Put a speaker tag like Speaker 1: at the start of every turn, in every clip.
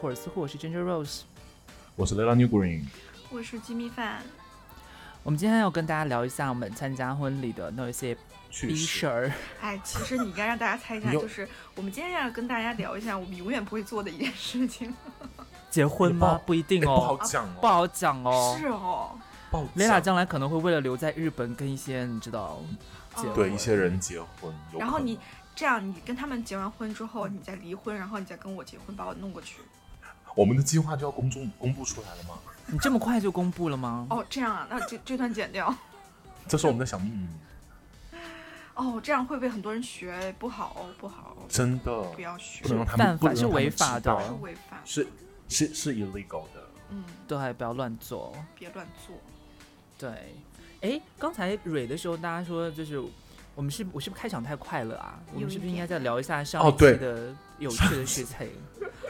Speaker 1: 会儿私户，我是 Ginger Rose。
Speaker 2: 我是 Lila New Green，
Speaker 3: 我是鸡米饭，
Speaker 1: 我们今天要跟大家聊一下我们参加婚礼的那些
Speaker 2: 去
Speaker 1: 逼事儿。
Speaker 3: 哎，其实你应该让大家猜一下，
Speaker 2: 你又
Speaker 3: 就是我们今天要跟大家聊一下我们永远不会做的一件事情。
Speaker 1: 结婚
Speaker 2: 不
Speaker 1: 吗
Speaker 2: 好？
Speaker 1: 不一定
Speaker 2: 哎不好
Speaker 1: 哦，
Speaker 2: 讲
Speaker 1: 不
Speaker 2: 哦，
Speaker 1: 好讲哦。
Speaker 3: 是哦，
Speaker 2: 不好
Speaker 1: 雷拉
Speaker 2: 讲
Speaker 1: 将来可能会为了留在日本跟一些你知道，结
Speaker 3: 哦
Speaker 1: 婚
Speaker 2: 对一些人结婚，有
Speaker 3: 然
Speaker 2: 可
Speaker 3: 后
Speaker 2: 能
Speaker 3: 你这样，你跟他们结完婚之后，你再离婚，然后你再跟我结婚，把我弄过去。
Speaker 2: 我们的计划就要公众公布出来了吗？
Speaker 1: 你这么快就公布了吗？
Speaker 2: 嗯
Speaker 3: 哦，这样啊，那这这段剪掉。
Speaker 2: 这是我们的小秘密，
Speaker 3: 哦，这样会被很多人学，不好哦，不好哦，
Speaker 2: 真
Speaker 3: 不
Speaker 2: 的
Speaker 3: 要学
Speaker 2: 不，能让他
Speaker 1: 犯
Speaker 2: 们
Speaker 1: 法
Speaker 2: 不能让
Speaker 1: 是
Speaker 2: 他们
Speaker 1: 违法
Speaker 2: 知道
Speaker 1: 的
Speaker 3: 是违法。
Speaker 2: 是是是 illegal 的。
Speaker 3: 嗯，
Speaker 1: 对，不要乱做。
Speaker 3: 别乱做。
Speaker 1: 对，哎，刚才蕊的时候，大家说就是我们是我是不是开场太快了啊？我们是不是应该再聊一下上
Speaker 2: 哦
Speaker 1: 一期
Speaker 2: 对
Speaker 1: 的有趣的 事情？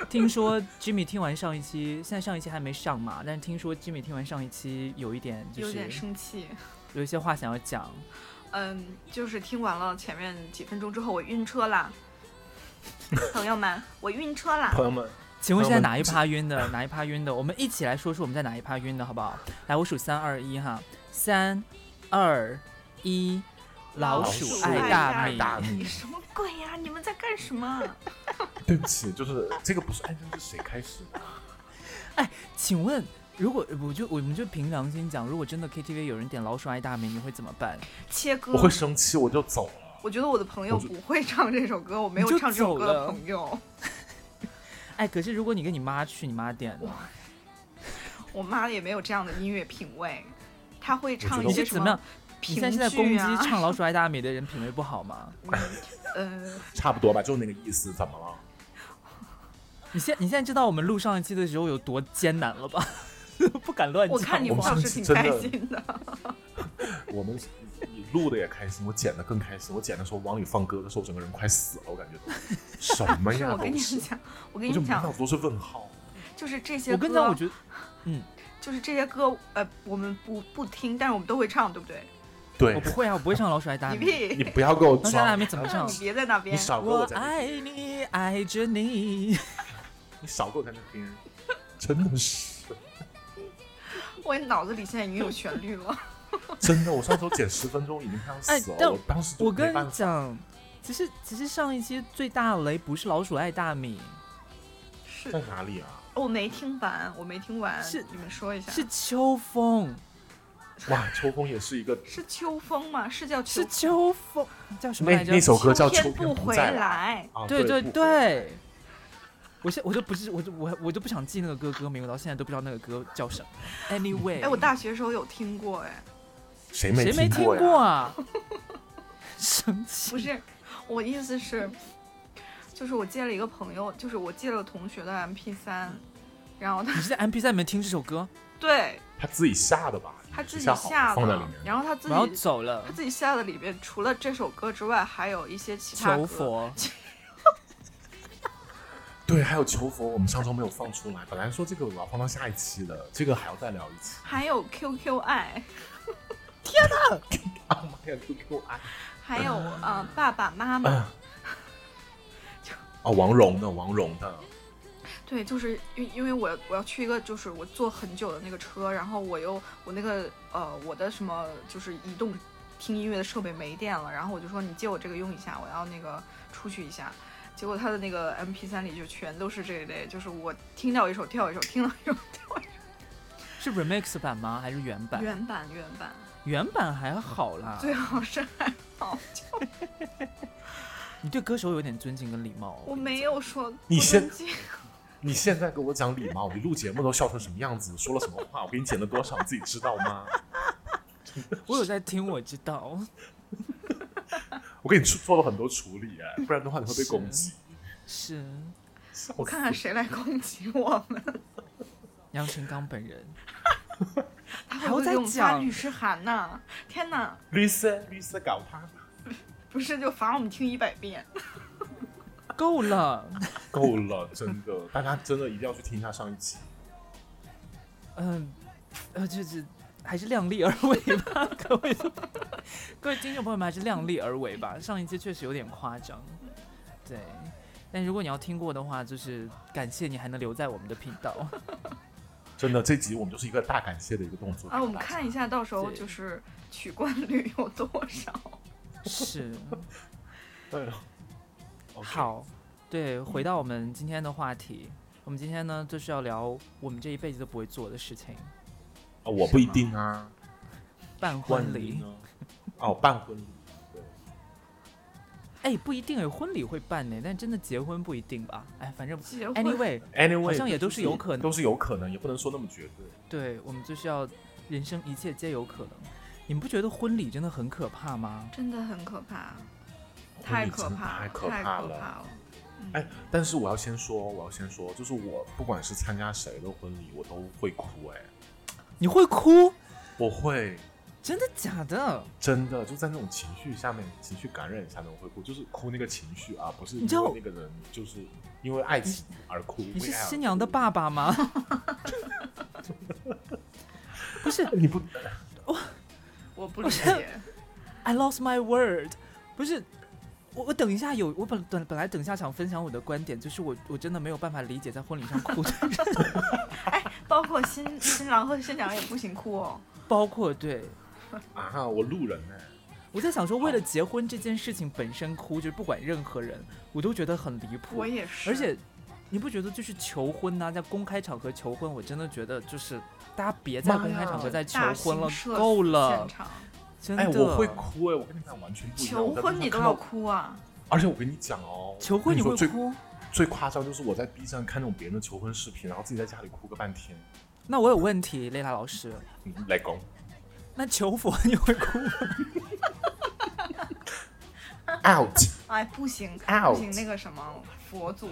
Speaker 1: 听说 Jimmy 听完上一期，现在上一期还没上嘛，但是听说 Jimmy 听完上一期有一点就
Speaker 3: 有
Speaker 1: 是
Speaker 3: 点生气。
Speaker 1: 有一些话想要讲，
Speaker 3: 嗯，就是听完了前面几分钟之后，我晕车 啦，朋友们，我晕车啦。
Speaker 2: 朋友们，
Speaker 1: 请问现在
Speaker 2: 那我
Speaker 1: 哪
Speaker 2: 们
Speaker 1: 一趴晕的？哪一趴晕的？我们一起来说说我们在哪一趴晕的，好不好？来，我数三二一哈，三二一，老
Speaker 2: 老
Speaker 1: 鼠
Speaker 2: 鼠
Speaker 1: 爱
Speaker 2: 爱
Speaker 1: 大米。
Speaker 2: 大米
Speaker 3: 你什么鬼呀、你们在干什么？
Speaker 2: 对不起，就是这个不是，哎，这是谁开始的？
Speaker 1: 请问，如果我就我们就凭良心讲，如果真的 KTV 有人点老鼠爱大米，你会怎么办？
Speaker 3: 切歌。
Speaker 2: 我会生气，我就走了。
Speaker 3: 我觉得我的朋友
Speaker 2: 我就
Speaker 3: 不会唱这首歌，我没有
Speaker 1: 你就
Speaker 3: 唱这首歌
Speaker 1: 走
Speaker 3: 的
Speaker 1: 了
Speaker 3: 朋友。
Speaker 1: 哎，可是如果你跟你妈去，你妈点呢？
Speaker 3: 我妈也没有这样的音乐品味，她会唱
Speaker 2: 我
Speaker 3: 一
Speaker 1: 你
Speaker 2: 觉
Speaker 3: 些
Speaker 1: 是
Speaker 3: 什
Speaker 1: 怎么样？你
Speaker 3: 评
Speaker 1: 现
Speaker 3: 剧啊
Speaker 1: 在是在攻击唱老鼠爱大米的人品味不好吗？
Speaker 3: 呃，
Speaker 2: 差不多吧，就那个意思，怎么了？
Speaker 1: 你现你现在知道我们录上一期的时候有多艰难了吧？ 不敢乱讲。
Speaker 3: 我看你
Speaker 2: 我
Speaker 3: 们
Speaker 2: 们上
Speaker 3: 倒是
Speaker 2: 次
Speaker 3: 挺
Speaker 2: 真
Speaker 3: 开
Speaker 2: 的
Speaker 3: 心的。
Speaker 2: 我们你录的也开心，我剪的更开心。我剪的时候往里放歌的时候，我整个人快死了，我感觉都什么
Speaker 3: 不是，
Speaker 2: 呀
Speaker 3: 我跟
Speaker 2: 都
Speaker 3: 你
Speaker 2: 是
Speaker 3: 们，讲，我跟
Speaker 2: 我
Speaker 3: 你
Speaker 2: 就
Speaker 3: 们
Speaker 2: 满
Speaker 3: 讲
Speaker 2: 脑，子都是问号。
Speaker 3: 就是这些
Speaker 1: 我
Speaker 3: 歌，
Speaker 1: 跟你讲，我觉得
Speaker 3: 就是这些歌，呃，我们不不听，但是我们都会唱，对不对？
Speaker 1: 我
Speaker 2: 对
Speaker 1: 不会啊，我不会唱老鼠爱大
Speaker 3: 你
Speaker 1: 米。
Speaker 2: 你
Speaker 3: 屁！
Speaker 2: 不要给我
Speaker 1: 老鼠爱大
Speaker 2: 装
Speaker 1: 米，怎么
Speaker 3: 那
Speaker 1: 唱
Speaker 3: 你？别在那
Speaker 2: 你
Speaker 3: 边。
Speaker 2: 少给
Speaker 1: 我
Speaker 2: 我在那
Speaker 1: 爱
Speaker 2: 边，
Speaker 1: 你，爱着你。
Speaker 2: 你少给我在那边，真的是。
Speaker 3: 我脑子里现在已经有旋律了。
Speaker 2: 真的，我上周减十分钟已经快要死了，
Speaker 1: 哎但
Speaker 2: 我当时就
Speaker 1: 我
Speaker 2: 没
Speaker 1: 跟
Speaker 2: 办
Speaker 1: 你
Speaker 2: 法
Speaker 1: 讲，其实其实上一期最大的雷不是老鼠爱大米，
Speaker 3: 是
Speaker 2: 在哪里啊？
Speaker 3: 哦我没听完，我没听完。
Speaker 1: 是
Speaker 3: 你们说一下，
Speaker 1: 是秋风，
Speaker 2: 哇，秋风也是一个
Speaker 3: 是秋风吗？是叫秋
Speaker 1: 是秋风，叫什么
Speaker 2: 那
Speaker 1: 来着？
Speaker 2: 那首歌叫《秋
Speaker 3: 天不回
Speaker 2: 再
Speaker 3: 来。》
Speaker 2: 啊，
Speaker 1: 对对
Speaker 2: 不回
Speaker 1: 对。我现我就不是我就我我就不想记那个歌歌名，我到现在都不知道那个歌叫什么。Anyway，
Speaker 3: 哎，我大学时候有听过，哎，
Speaker 2: 谁
Speaker 1: 谁没听
Speaker 2: 过呀？
Speaker 1: 过 啊？生气
Speaker 3: 不是，我意思是，就是我借了一个朋友，就是我借了同学的 MP 三，然后他
Speaker 1: 你是在 MP 三里面听这首歌，
Speaker 3: 对
Speaker 2: 他自己下的吧？
Speaker 3: 他自己
Speaker 2: 好
Speaker 3: 下
Speaker 2: 放在
Speaker 3: 的
Speaker 2: 里，面。
Speaker 3: 然后他自
Speaker 1: 然后
Speaker 3: 己
Speaker 1: 走了
Speaker 3: 他。自己下的里边除了这首歌之外，还有一些其他
Speaker 1: 求
Speaker 3: 歌。
Speaker 1: 佛，
Speaker 2: 对，还有求佛，我们上周没有放出来，本来说这个我要放到下一期的，这个还要再聊一期。
Speaker 3: 还有 QQ 爱，
Speaker 2: 啊妈呀，QQ 爱
Speaker 3: 还有
Speaker 2: 嗯
Speaker 3: 呃爸爸 妈妈，
Speaker 2: 哦，王蓉的，王蓉的，
Speaker 3: 对，就是因因为我我要去一个就是我坐很久的那个车，然后我又我那个呃我的什么就是移动听音乐的设备没电了，然后我就说你借我这个用一下，我要那个出去一下。结果他的那个 M P 三里就全都是这一类，就是我听到一首跳一首，听到一首跳一
Speaker 1: 是 remix 版吗？还是原
Speaker 3: 首。
Speaker 1: 版？啊
Speaker 3: 原版原版
Speaker 1: 原版还好啦。
Speaker 3: 最好是还好，
Speaker 1: 你对歌手有点尊敬跟礼貌。
Speaker 3: 我没有说
Speaker 2: 你
Speaker 3: 不
Speaker 2: 先
Speaker 3: 能借
Speaker 2: 你现在给我讲礼貌，你录节目都笑成什么样子？说了什么话？我给你剪了多少？你自己知道吗？
Speaker 1: 我有在听，我知道。
Speaker 2: 我给你做了很多处理，哎，不然的话你会被攻击。
Speaker 1: 是
Speaker 3: 我看看谁来攻击我们，
Speaker 1: 杨臣刚本人。
Speaker 3: 他
Speaker 1: 还
Speaker 3: 会
Speaker 1: 要
Speaker 3: 不会
Speaker 1: 再
Speaker 3: 给我们发
Speaker 1: 讲
Speaker 3: 律师函呢？天哪，
Speaker 2: 绿色，绿色搞他，
Speaker 3: 不是就罚我们听一百遍。
Speaker 1: 够了，
Speaker 2: 够 了，真的，大家真的一定要去听一下上一期。
Speaker 1: 嗯、呃，就是还是量力而为吧，各位 各位听众朋友们，还是量力而为吧。上一期确实有点夸张，对。但如果你要听过的话，就是感谢你还能留在我们的频道。
Speaker 2: 真的，这集我们就是一个大感谢的一个动作。
Speaker 3: 啊，我们看一下，到时候
Speaker 1: 对
Speaker 3: 就是取关率有多少？
Speaker 1: 是，
Speaker 2: 对了。OK，
Speaker 1: 好，对，回到我们今天的话题，我们今天呢就是要聊我们这一辈子都不会做的事情
Speaker 2: 啊我不一定啊，
Speaker 1: ——办
Speaker 2: 万
Speaker 1: 婚礼。
Speaker 2: 呢？哦，办婚礼，对，
Speaker 1: 哎，不一定有婚礼会办呢，但真的结婚不一定吧？哎，反正
Speaker 3: 结婚
Speaker 1: anyway，
Speaker 2: anyway，
Speaker 1: 好像也都
Speaker 2: 就是
Speaker 1: 有可能
Speaker 2: 都是有可能，也不能说那么绝对。
Speaker 1: 对我们就是要人生一切皆有可能。你们不觉得婚礼真的很可怕吗？
Speaker 3: 真的很可怕，
Speaker 2: 婚
Speaker 3: 太
Speaker 2: 礼
Speaker 3: 可
Speaker 2: 真的
Speaker 3: 怕，
Speaker 2: 太
Speaker 3: 太
Speaker 2: 可
Speaker 3: 怕
Speaker 2: 怕了。
Speaker 3: 了。
Speaker 2: 哎，但是我要先说，我要先说，就是我不管是参加谁的婚礼，我都会哭、哎，
Speaker 1: 你会哭？
Speaker 2: 我会
Speaker 1: 真的假的？
Speaker 2: 真的就在那种情绪下面，情绪感染下面我会哭，就是哭那个情绪啊，不是
Speaker 1: 你知道
Speaker 2: 因为那个人就是因为爱情而哭。
Speaker 1: 你是
Speaker 2: 为爱而哭
Speaker 1: 新娘的？爸爸吗？ 不是
Speaker 2: 哎你不
Speaker 3: 我不
Speaker 1: 我
Speaker 3: 理
Speaker 1: 现在
Speaker 3: 解，
Speaker 1: ，I lost my word，不是。我我等一下有我本本本来等一下想分享我的观点，就是我我真的没有办法理解在婚礼上哭的人，
Speaker 3: 包括新新郎和新娘也不行哭哦。
Speaker 1: 包括对
Speaker 2: 啊，我路人哎、
Speaker 1: 我在想说，为了结婚这件事情本身哭，就是不管任何人，我都觉得很离谱
Speaker 3: 我。也是，
Speaker 1: 而且，你不觉得就是求婚呐、在公开场合求婚，我真的觉得就是大家别在
Speaker 2: 妈呀
Speaker 1: 公开场合再求
Speaker 3: 大
Speaker 1: 婚
Speaker 3: 型
Speaker 1: 了，
Speaker 3: 社
Speaker 1: 够
Speaker 3: 死
Speaker 1: 了
Speaker 3: 现，场
Speaker 1: 真的。
Speaker 2: 哎，我会哭哎、我跟你讲完全不一样。
Speaker 3: 求
Speaker 2: 我在
Speaker 3: 婚
Speaker 2: 路上
Speaker 3: 你都
Speaker 2: 看到
Speaker 3: 要，哭啊！
Speaker 2: 而且我跟你讲哦，
Speaker 1: 求
Speaker 2: 我
Speaker 1: 婚
Speaker 2: 跟
Speaker 1: 你
Speaker 2: 你
Speaker 1: 会
Speaker 2: 说最
Speaker 1: 哭？
Speaker 2: 最夸张就是我在 B 站看那种别人的求婚视频，然后自己在家里哭个半天。
Speaker 1: 那我有问题，蕾拉老师，
Speaker 2: 嗯 来讲，
Speaker 1: 那求佛你会哭吗？
Speaker 2: out，
Speaker 3: 哎，不行，不
Speaker 2: Out
Speaker 3: 行，那个什么佛祖，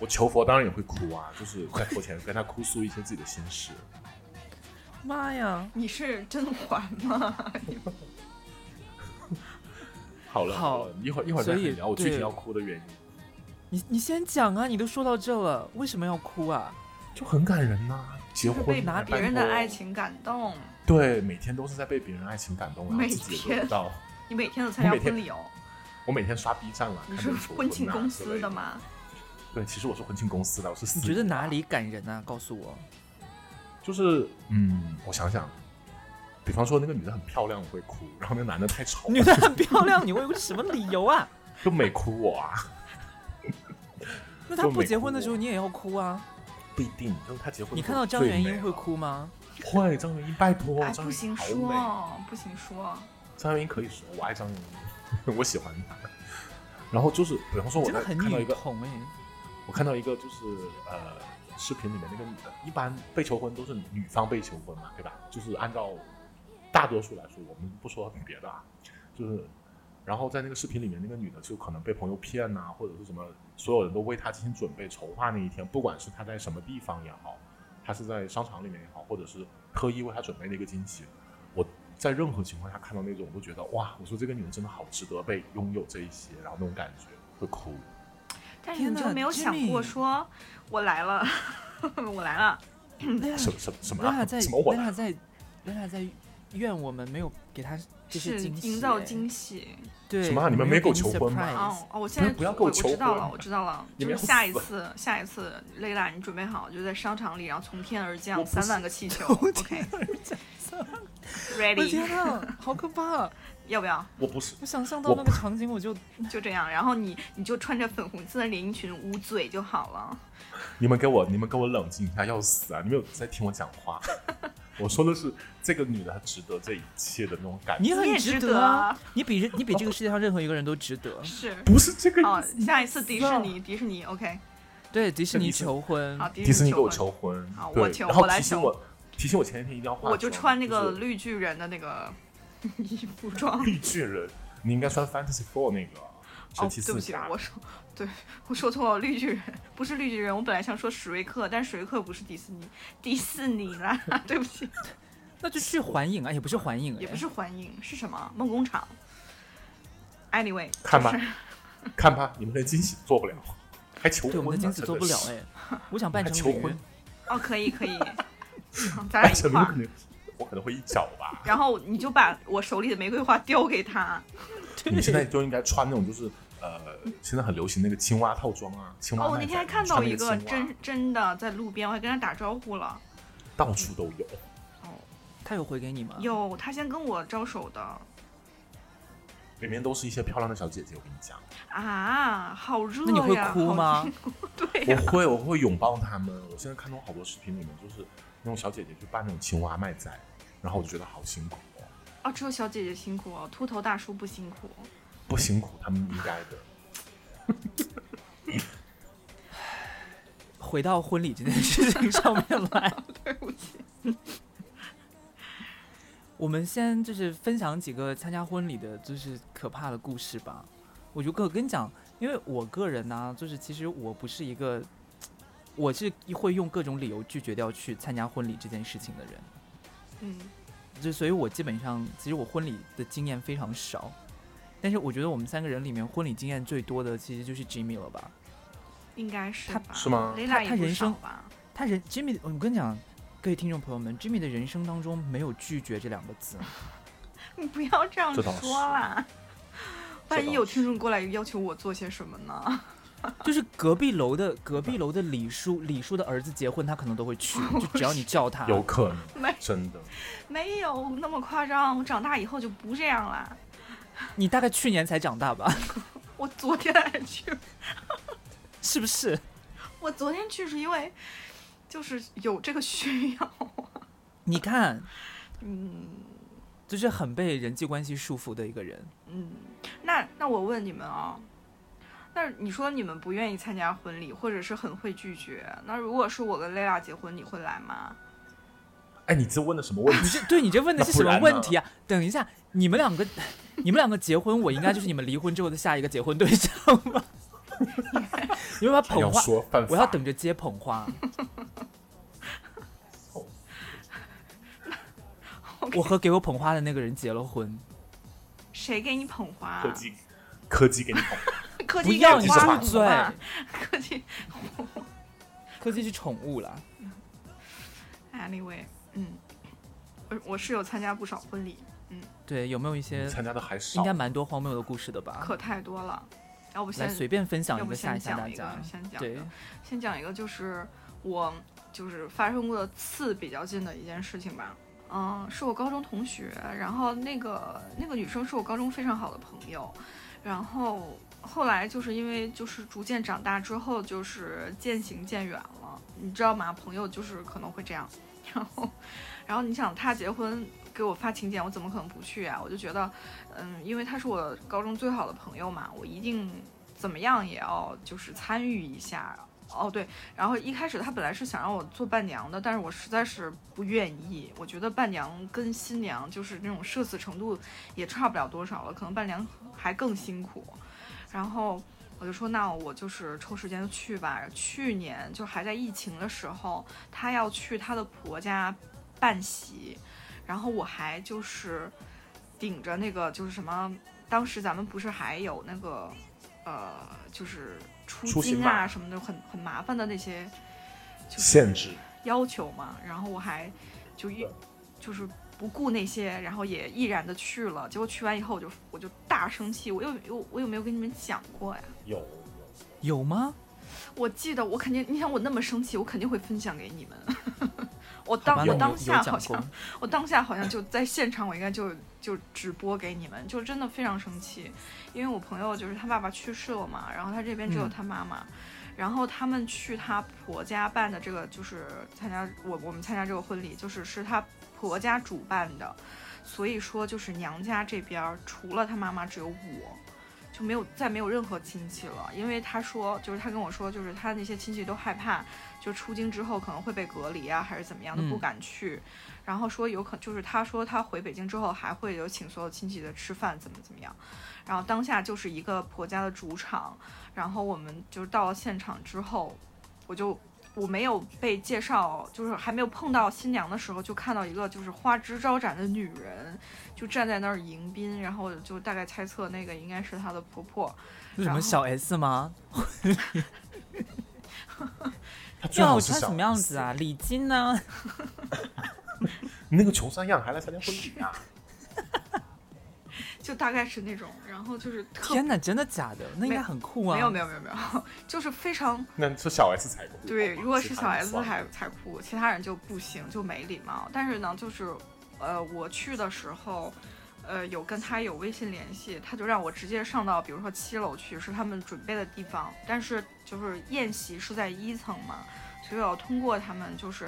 Speaker 2: 我求佛当然也会哭啊，就是在佛前跟他哭诉一些自己的心事。
Speaker 1: 妈呀！
Speaker 3: 你是甄嬛吗？
Speaker 2: 好了
Speaker 1: 好
Speaker 2: 了，一会儿一会儿再
Speaker 1: 所以
Speaker 2: 聊我具体
Speaker 1: 对
Speaker 2: 要哭的原因，
Speaker 1: 你你先讲啊，你都说到这了，为什么要哭啊？
Speaker 2: 就很感人呐、结婚
Speaker 3: 被
Speaker 2: 啊
Speaker 3: 别人的
Speaker 2: 拜托
Speaker 3: 爱情感动，
Speaker 2: 对，每天都是在被别人爱情感动，然后
Speaker 3: 每
Speaker 2: 自己也得不到。
Speaker 3: 你每天都参加
Speaker 2: 我每天
Speaker 3: 婚礼哦？
Speaker 2: 我每天刷 B 站啦，
Speaker 3: 你
Speaker 2: 看
Speaker 3: 是
Speaker 2: 人求
Speaker 3: 婚庆
Speaker 2: 啊
Speaker 3: 公
Speaker 2: 之
Speaker 3: 司
Speaker 2: 类
Speaker 3: 的？吗？
Speaker 2: 对，其实我是婚庆公司的，我是四
Speaker 1: 你觉得哪里感人啊？告诉我。
Speaker 2: 就是嗯，我想想，比方说那个女的很漂亮，我会哭；然后那个男的太丑，
Speaker 1: 女的很漂亮，你会有什么理由啊？
Speaker 2: 就美哭我啊。
Speaker 1: 那她不结婚的时候，你也要哭啊？
Speaker 2: 不一定，就是他结婚。
Speaker 1: 你看到张元英会？哭吗？
Speaker 2: 会，张元英拜托，
Speaker 3: 哎，
Speaker 2: 张
Speaker 3: 不
Speaker 2: 元
Speaker 3: 行
Speaker 2: 英好
Speaker 3: 说
Speaker 2: 美。
Speaker 3: 哦，不行说，
Speaker 2: 张元英可以说，我爱张元 英，我喜欢她。然后就是，比方说我
Speaker 1: 真的
Speaker 2: 在
Speaker 1: 很
Speaker 2: 看到
Speaker 1: 女
Speaker 2: 一个，
Speaker 1: 同哎、
Speaker 2: 我看到一个就是呃，视频里面那个女的，一般被求婚都是女方被求婚嘛，对吧？就是按照大多数来说，我们不说别的啊，就是。然后在那个视频里面，那个女的就可能被朋友骗呐、啊或者是什么，所有人都为她进行准备筹划那一天，不管是她在什么地方也好，她是在商场里面也好，或者是特意为她准备的一个惊喜，我在任何情况下看到那种，我都觉得哇，我说这个女人真的好值得被拥有这一些，然后那种感觉会哭。
Speaker 3: 但是你
Speaker 1: 天
Speaker 3: 就
Speaker 1: 哪
Speaker 3: 没有想过
Speaker 1: Jimmy
Speaker 3: 说，我来了， 我来了，
Speaker 1: 蕾拉
Speaker 2: 什么什么什么
Speaker 1: 蕾拉
Speaker 2: 啊？
Speaker 1: 在
Speaker 2: 什么我
Speaker 1: 蕾？拉在蕾拉在怨我们没有给她这些
Speaker 3: 是
Speaker 1: 惊喜、
Speaker 3: 营造惊
Speaker 2: 哎
Speaker 3: 喜。
Speaker 1: 对
Speaker 2: 什么啊你们
Speaker 1: 没
Speaker 2: 没给我
Speaker 1: 给
Speaker 2: 求婚吗
Speaker 1: surprise
Speaker 3: 哦哦，我现在
Speaker 2: 不要
Speaker 3: 我
Speaker 2: 跟我
Speaker 3: 我
Speaker 2: 求
Speaker 3: 知道
Speaker 2: 婚
Speaker 3: 了，我知道了，
Speaker 2: 你
Speaker 3: 就
Speaker 2: 们要
Speaker 3: 是下一
Speaker 2: 死
Speaker 3: 次，下一次，蕾拉，你准备好，就在商场里，然后从天而
Speaker 2: 我
Speaker 3: 降
Speaker 2: 不
Speaker 3: 三
Speaker 2: 是
Speaker 3: 万个气球
Speaker 1: 从我的天
Speaker 3: ，OK，ready，
Speaker 1: 呐，好可怕！啊
Speaker 3: 要不要？
Speaker 2: 我不是，
Speaker 1: 我想象到
Speaker 2: 我
Speaker 1: 那个场景，我 就
Speaker 3: 就这样，然后你你就穿着粉红色的连衣裙捂嘴就好了。
Speaker 2: 你们给我，你们给我冷静一下，要死啊！你没有在听我讲 话。我说的是这个女的她值得这一切的那种感觉，
Speaker 1: 你
Speaker 3: 你
Speaker 1: 很
Speaker 3: 也值
Speaker 1: 得啊
Speaker 3: 得！
Speaker 1: 你比人你比这个世界上任何一个人都值得。
Speaker 3: 是，
Speaker 2: 不是这个
Speaker 3: 哦
Speaker 2: 意思。，
Speaker 3: 下一次迪士尼，迪士尼，OK，
Speaker 1: 对，迪士
Speaker 2: 那
Speaker 1: 尼
Speaker 2: 迪士尼
Speaker 1: 求婚，
Speaker 3: 好，迪
Speaker 2: 迪士尼给
Speaker 3: 求
Speaker 2: 我
Speaker 3: 婚，
Speaker 2: 求婚
Speaker 3: 好，我
Speaker 2: 对，
Speaker 3: 求
Speaker 2: 然后
Speaker 3: 我来
Speaker 2: 提醒
Speaker 3: 求
Speaker 2: 我，提醒我前一天一定要化妆，
Speaker 3: 我就穿那个
Speaker 2: 是
Speaker 3: 绿巨人的那个 衣服装。
Speaker 2: 绿巨人，你应该穿 Fantasy Four 那个
Speaker 3: 哦，
Speaker 2: 神奇
Speaker 3: 对不
Speaker 2: 四
Speaker 3: 起
Speaker 2: 侠，，
Speaker 3: 我说，对我说错了，绿巨人不是绿巨人，我本来想说史瑞克，但史瑞克不是迪士尼，迪士尼啦， 对不起，
Speaker 1: 那就去环影啊，也不是环影，
Speaker 3: 也不是环影，是什么梦工厂？Anyway，
Speaker 2: 看吧
Speaker 3: 就是，
Speaker 2: 看吧，你们连惊喜都做不了，还求婚
Speaker 1: 对
Speaker 2: 呢？
Speaker 1: 我们的惊喜做不了
Speaker 2: 真的是
Speaker 1: 哎，我想扮
Speaker 2: 还
Speaker 1: 成
Speaker 2: 求
Speaker 1: 驴
Speaker 2: 婚，
Speaker 3: 哦，可 以可以，嗯咱俩
Speaker 2: 哎，
Speaker 3: 一
Speaker 2: 什
Speaker 3: 块
Speaker 2: 么
Speaker 3: 儿
Speaker 2: 可。能？我可能会一脚吧。
Speaker 3: 然后你就把我手里的玫瑰花丢给他，
Speaker 2: 你现在就应该穿那种就是呃，现在很流行那个青蛙套装啊，青蛙
Speaker 3: 哦，我
Speaker 2: 耐
Speaker 3: 那天还
Speaker 2: 宰
Speaker 3: 看
Speaker 2: 你
Speaker 3: 到
Speaker 2: 穿
Speaker 3: 一
Speaker 2: 那
Speaker 3: 个
Speaker 2: 青蛙
Speaker 3: 真真的在路边，我还跟他打招呼了。
Speaker 2: 到处都有，
Speaker 3: 哦，
Speaker 1: 他有回给你吗？，
Speaker 2: 嗯
Speaker 3: 有他先跟我招手的
Speaker 2: 里面都是一些漂亮的小姐姐。我跟你讲，
Speaker 3: 啊，好热
Speaker 1: 那你会
Speaker 3: 呀！
Speaker 1: 哭
Speaker 3: 好
Speaker 1: 吗？
Speaker 3: 对哎呀、
Speaker 2: 我会我会拥抱她们。我现在看到好多视频里面，就是那种小姐姐去扮那种青蛙卖仔，然后我就觉得好辛苦哦，
Speaker 3: 哦，只有小姐姐辛苦哦，秃头大叔不辛苦。
Speaker 2: 不辛苦，他们应该的。
Speaker 1: 回到婚礼这件事情上面来，
Speaker 3: 对不起，
Speaker 1: 我们先就是分享几个参加婚礼的，就是可怕的故事吧。我就跟我跟你讲，因为我个人呢、就是其实我不是一个，我是会用各种理由拒绝掉去参加婚礼这件事情的人。
Speaker 3: 嗯，
Speaker 1: 就所以，我基本上其实我婚礼的经验非常少，但是我觉得我们三个人里面婚礼经验最多的其实就是 Jimmy 了吧？
Speaker 3: 应该是
Speaker 1: 他
Speaker 3: 吧？
Speaker 2: 是吗
Speaker 3: 雷
Speaker 1: 他
Speaker 3: 拉也
Speaker 1: 他
Speaker 3: 不
Speaker 1: 人
Speaker 3: 少
Speaker 1: 生
Speaker 3: 吧？
Speaker 1: 他人 Jimmy，我跟你讲，各位听众朋友们，Jimmy 的人生当中没有拒绝这两个字，
Speaker 3: 你不要这样
Speaker 2: 这倒
Speaker 3: 说啦，
Speaker 2: 这
Speaker 3: 万一
Speaker 2: 倒
Speaker 3: 有
Speaker 2: 是
Speaker 3: 听众过来要求我做些什么呢？
Speaker 1: 就是隔壁楼的隔壁楼的李叔，李叔的儿子结婚，他可能都会去，就只要你叫他。
Speaker 2: 有可能，
Speaker 3: 没
Speaker 2: 真的，
Speaker 3: 没有那么夸张，我长大以后就不这样啦。
Speaker 1: 你大概去年才长大吧？
Speaker 3: 我昨天还去，
Speaker 1: 是不是？
Speaker 3: 我昨天去是因为就是有这个需要，
Speaker 1: 你看，
Speaker 3: 嗯。
Speaker 1: 就是很被人际关系束缚的一个人。
Speaker 3: 嗯，那那我问你们啊、那你说你们不愿意参加婚礼，或者是很会拒绝，那如果是我跟蕾拉结婚，你会来吗？
Speaker 2: 哎，你这问的什么问
Speaker 1: 你
Speaker 2: 题？
Speaker 1: 这对你这问的是什
Speaker 2: 那
Speaker 1: 么
Speaker 2: 不然呢
Speaker 1: 问题啊？等一下，你们两个，你们两个结婚，我应该就是你们离婚之后的下一个结婚对象吧？ 你们把
Speaker 2: 还
Speaker 1: 捧
Speaker 2: 要
Speaker 1: 花，
Speaker 2: 说犯法？
Speaker 1: 我要等着接捧 花。我和给我捧花的那个人结了婚，
Speaker 3: 谁给你捧花啊？
Speaker 2: 科技，科技给你捧。
Speaker 3: 科
Speaker 1: 不
Speaker 3: 技
Speaker 1: 要
Speaker 3: 给
Speaker 1: 你
Speaker 3: 花
Speaker 1: 住
Speaker 3: 捧
Speaker 1: 嘴！
Speaker 3: 花科技
Speaker 1: 科技是宠物啦，
Speaker 3: anyway，嗯，我我是有参加不少婚礼，
Speaker 1: 对，有没有一
Speaker 2: 你
Speaker 1: 些
Speaker 2: 参加的还
Speaker 1: 啊
Speaker 2: 少，
Speaker 1: 应该蛮多荒谬的故事的吧？
Speaker 3: 可太多了。要不
Speaker 1: 啊来
Speaker 3: 先
Speaker 1: 随便分享
Speaker 3: 要
Speaker 1: 一
Speaker 3: 不
Speaker 1: 个吓
Speaker 3: 先
Speaker 1: 一吓大
Speaker 3: 讲一个
Speaker 1: 家，。
Speaker 3: 先讲一
Speaker 1: 对
Speaker 3: 个，先讲一个，就是我就是发生过的刺比较近的一件事情吧。嗯，是我高中同学，然后那个那个女生是我高中非常好的朋友，然后后来就是因为就是逐渐长大之后，就是渐行渐远了，你知道吗？朋友就是可能会这样， 然后然后你想她结婚给我发请柬，我怎么可能不去啊？我就觉得，嗯，因为她是我高中最好的朋友嘛，我一定怎么样也要就是参与一下。哦对，然后一开始他本来是想让我做伴娘的，但是我实在是不愿意。我觉得伴娘跟新娘就是那种社死程度也差不了多少了，可能伴娘还更辛苦。然后我就说，那我就是抽时间去吧。去年就还在疫情的时候，她要去她的婆家办席，然后我还就是顶着那个就是什么，当时咱们不是还有那个呃，就是出
Speaker 2: 出行
Speaker 3: 京
Speaker 2: 码
Speaker 3: 啊什么的，很很麻烦的那些
Speaker 2: 限制。
Speaker 3: 要求嘛，然后我还就一就是不顾那些，然后也毅然的去了。结果去完以后，我就我就大生气，我有有我有没有跟你们讲过呀？
Speaker 2: 有
Speaker 1: 有吗？
Speaker 3: 我记得我肯定，你想我那么生气，我肯定会分享给你们。 我
Speaker 1: 好
Speaker 3: 当
Speaker 1: 吧，
Speaker 3: 我
Speaker 1: 有
Speaker 3: 当
Speaker 1: 有
Speaker 3: 下
Speaker 1: 有
Speaker 3: 好
Speaker 1: 讲过
Speaker 3: 像，我当下好像就在现场，我应该就就直播给你们，就真的非常生气，因为我朋友就是他爸爸去世了嘛，然后他这边只有
Speaker 1: 嗯
Speaker 3: 他妈妈，然后他们去他婆家办的这个就是参加我我们参加这个婚礼，就是是他婆家主办的，所以说就是娘家这边儿除了他妈妈只有我。就没有再没有任何亲戚了，因为他说，就是他跟我说，就是他那些亲戚都害怕，就出京之后可能会被隔离啊，还是怎么样的，
Speaker 1: 嗯
Speaker 3: 不敢去。然后说有可就是他说他回北京之后还会有请所有亲戚的吃饭，怎么怎么样。然后当下就是一个婆家的主场，然后我们就是到了现场之后，我就我没有被介绍，就是还没有碰到新娘的时候，就看到一个就是花枝招展的女人，就站在那儿迎宾，然后我就大概猜测那个应该是她的婆婆。
Speaker 1: 是什么小 S 吗？
Speaker 2: 他最
Speaker 1: 要
Speaker 2: 好
Speaker 1: 我
Speaker 2: 是
Speaker 1: 穿
Speaker 2: 小
Speaker 1: 什么样子啊？礼金呢？
Speaker 2: 你那个穷三样还来参加婚礼啊？
Speaker 3: 就大概是那种，然后就是特
Speaker 1: 天哪，真的假的？那应该
Speaker 3: 没
Speaker 1: 很酷啊！
Speaker 3: 没有没有没有没有， 就是非常
Speaker 2: 那是小 S 才酷。
Speaker 3: 对，如果是小 S
Speaker 2: 才
Speaker 3: 才才酷，其他人就不行，就没礼貌。但是呢，就是呃，我去的时候，呃，有跟他有微信联系，他就让我直接上到，比如说七楼去，是他们准备的地方。但是就是宴席是在一层嘛，所以我要通过他们，就是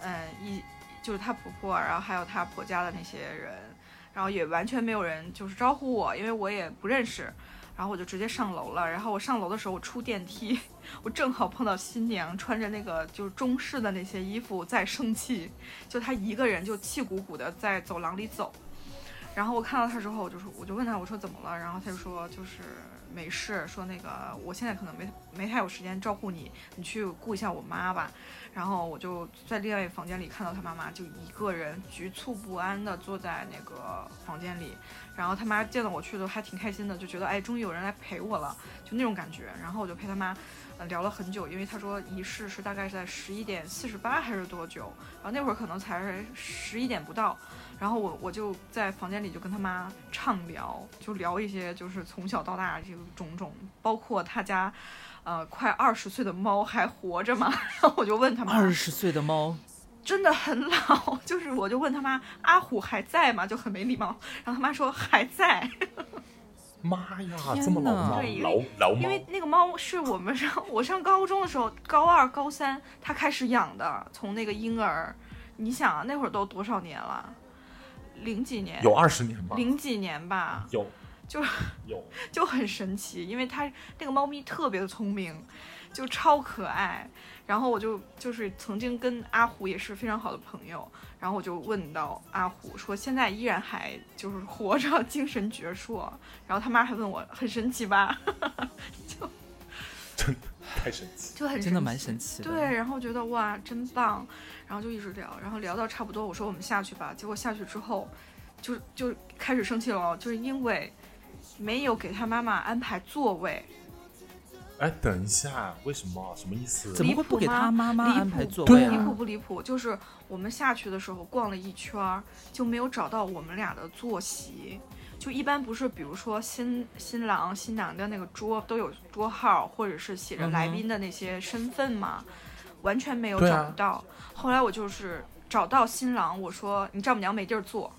Speaker 3: 嗯、呃一就是她婆婆，然后还有她婆家的那些人，然后也完全没有人就是招呼我，因为我也不认识。然后我就直接上楼了。然后我上楼的时候，我出电梯，我正好碰到新娘穿着那个就是中式的那些衣服在生气， 就她一个人就气鼓鼓的在走廊里走。然后我看到她之后，我就说，我就问她，我说怎么了？然后她就说就是没事，说那个我现在可能没没太有时间照顾你，你去顾一下我妈吧。然后我就在另外一个房间里看到她妈妈就一个人局促不安的坐在那个房间里，然后他妈见到我去的时候还挺开心的，就觉得哎，终于有人来陪我了，就那种感觉。然后我就陪他妈，呃，聊了很久，因为他说仪式是大概是在十一点四十八还是多久，然后那会儿可能才十一点不到。然后我我就在房间里就跟他妈畅聊，就聊一些就是从小到大这个种种，包括他家，呃，快二十岁的猫还活着吗？ 然后我就问他妈，
Speaker 1: 二十岁的猫，
Speaker 3: 真的很老， 就是我就问他妈阿虎还在吗？就很没礼貌。然后他妈说还在，
Speaker 2: 妈呀，
Speaker 1: 天
Speaker 2: 这么老
Speaker 1: 哪
Speaker 2: 猫
Speaker 3: 对因为
Speaker 2: 老老
Speaker 3: 因
Speaker 2: 猫，
Speaker 3: 为那个猫是我们上我上高中的时候，高二、高三他开始养的，从那个婴儿，你想啊，那会儿都多少年了？零几年，
Speaker 2: 有二十年
Speaker 1: 啊
Speaker 2: 吧？
Speaker 3: 零几年吧，
Speaker 2: 有，
Speaker 3: 就
Speaker 2: 有，
Speaker 3: 就很神奇，因为它那个猫咪特别的聪明，就超可爱。然后我就就是曾经跟阿虎也是非常好的朋友，然后我就问到阿虎说现在依然还就是活着，精神矍铄。然后他妈还问我很神奇吧，
Speaker 2: 太神奇。
Speaker 3: 就很
Speaker 1: 真的蛮神奇的。
Speaker 3: 对，，然后觉得哇真棒，然后就一直聊，然后聊到差不多，我说我们下去吧。结果下去之后，就就开始生气了，哦就是因为没有给他妈妈安排座位。
Speaker 2: 哎，等一下，为什么？什么意思？
Speaker 1: 怎么会不给他妈妈
Speaker 3: 离谱
Speaker 1: 安排座位
Speaker 2: 对
Speaker 1: 啊？
Speaker 3: 离谱不离谱？就是我们下去的时候逛了一圈儿，就没有找到我们俩的坐席。就一般不是，比如说新新郎新娘的那个桌都有桌号，或者是写着
Speaker 1: 嗯哼
Speaker 3: 来宾的那些身份嘛，完全没有
Speaker 2: 对
Speaker 3: 找
Speaker 2: 啊
Speaker 3: 不到。后来我就是找到新郎，我说你丈母娘没地儿坐。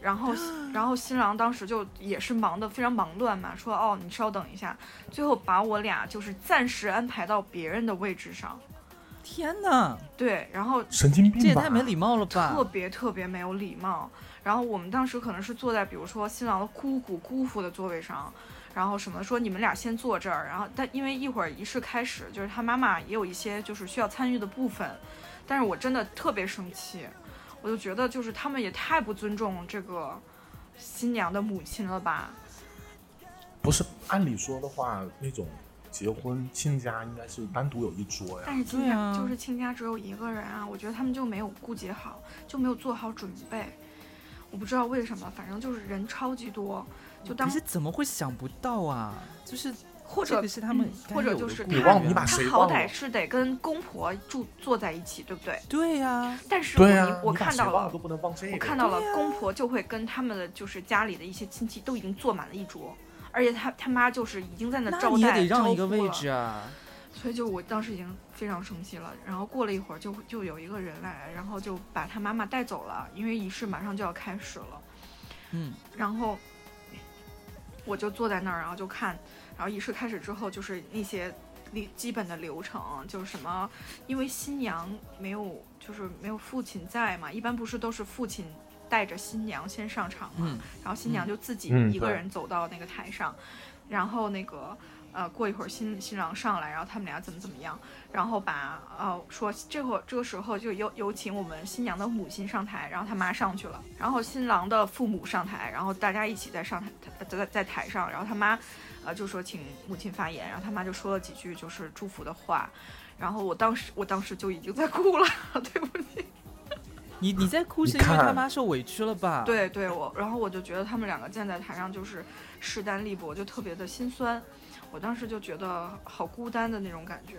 Speaker 3: 然后，然后新郎当时就也是忙得非常忙乱嘛，说哦，你稍等一下，最后把我俩就是暂时安排到别人的位置上，
Speaker 1: 天哪，
Speaker 3: 对，然后
Speaker 2: 神经病吧？
Speaker 1: 这也太没礼貌了吧
Speaker 3: 特！别特别没有礼貌。然后我们当时可能是坐在比如说新郎的姑姑姑父的座位上，然后什么说你们俩先坐这儿，然后但因为一会儿仪式开始，就是他妈妈也有一些就是需要参与的部分，但是我真的特别生气，我就觉得就是他们也太不尊重这个新娘的母亲了吧。
Speaker 2: 不是，按理说的话，那种结婚亲家应该是单独有一桌呀。
Speaker 3: 但是亲
Speaker 1: 对
Speaker 3: 家、
Speaker 1: 啊
Speaker 3: 就是亲家只有一个人啊，我觉得他们就没有顾及好，就没有做好准备。我不知道为什么，反正就是人超级多，就当
Speaker 1: 可是怎么会想不到啊？就是
Speaker 3: 或
Speaker 1: 这
Speaker 3: 者
Speaker 1: 个是他们
Speaker 3: 嗯
Speaker 1: 该
Speaker 3: 或者
Speaker 1: 有的
Speaker 3: 就是
Speaker 1: 规矩
Speaker 3: 你忘
Speaker 1: 啊
Speaker 2: 你把
Speaker 3: 他
Speaker 2: 谁
Speaker 3: 好
Speaker 2: 忘
Speaker 3: 歹
Speaker 2: 了
Speaker 3: 是得跟公婆住坐在一起，对不对？
Speaker 1: 对呀，
Speaker 3: 但是我
Speaker 2: 对
Speaker 3: 明、
Speaker 2: 呀，
Speaker 3: 我
Speaker 2: 你把
Speaker 3: 看
Speaker 2: 谁
Speaker 3: 到
Speaker 2: 忘了
Speaker 3: 了
Speaker 2: 都，不能忘这个。
Speaker 3: 我看到了
Speaker 1: 对呀
Speaker 3: 公婆就会跟他们的就是家里的一些亲戚都已经坐满了一桌，而且他他妈就是已经在那
Speaker 1: 那
Speaker 3: 招
Speaker 1: 你也
Speaker 3: 待
Speaker 1: 得
Speaker 3: 招
Speaker 1: 让
Speaker 3: 呼
Speaker 1: 一个位
Speaker 3: 了
Speaker 1: 置啊。
Speaker 3: 所以就我当时已经非常生气了。然后过了一会儿就，就有一个人来，然后就把他妈妈带走了，因为仪式马上就要开始了。
Speaker 1: 嗯，
Speaker 3: 然后我就坐在那儿，然后就看，然后仪式开始之后就是那些流基本的流程，就是什么，因为新娘没有就是没有父亲在嘛，一般不是都是父亲带着新娘先上场嘛，
Speaker 1: 嗯
Speaker 3: 然后新娘就自己
Speaker 2: 嗯
Speaker 3: 一个
Speaker 2: 对
Speaker 3: 人走到那个台上，然后那个。呃，过一会儿新新郎上来，然后他们俩怎么怎么样，然后把呃说这会儿这个时候就有有请我们新娘的母亲上台，然后他妈上去了，然后新郎的父母上台，然后大家一起在上台呃在在在台上，然后他妈呃就说请母亲发言，然后他妈就说了几句就是祝福的话，然后我当时我当时就已经在哭了， 对不起。
Speaker 1: 你你在哭
Speaker 2: 你
Speaker 1: 是因为他
Speaker 2: 看
Speaker 1: 妈受委屈了
Speaker 2: 啊
Speaker 1: 吧？，
Speaker 3: 对对，我然后我就觉得他们两个站在台上就是势单力薄，就特别的心酸。我当时就觉得好孤单的那种感觉。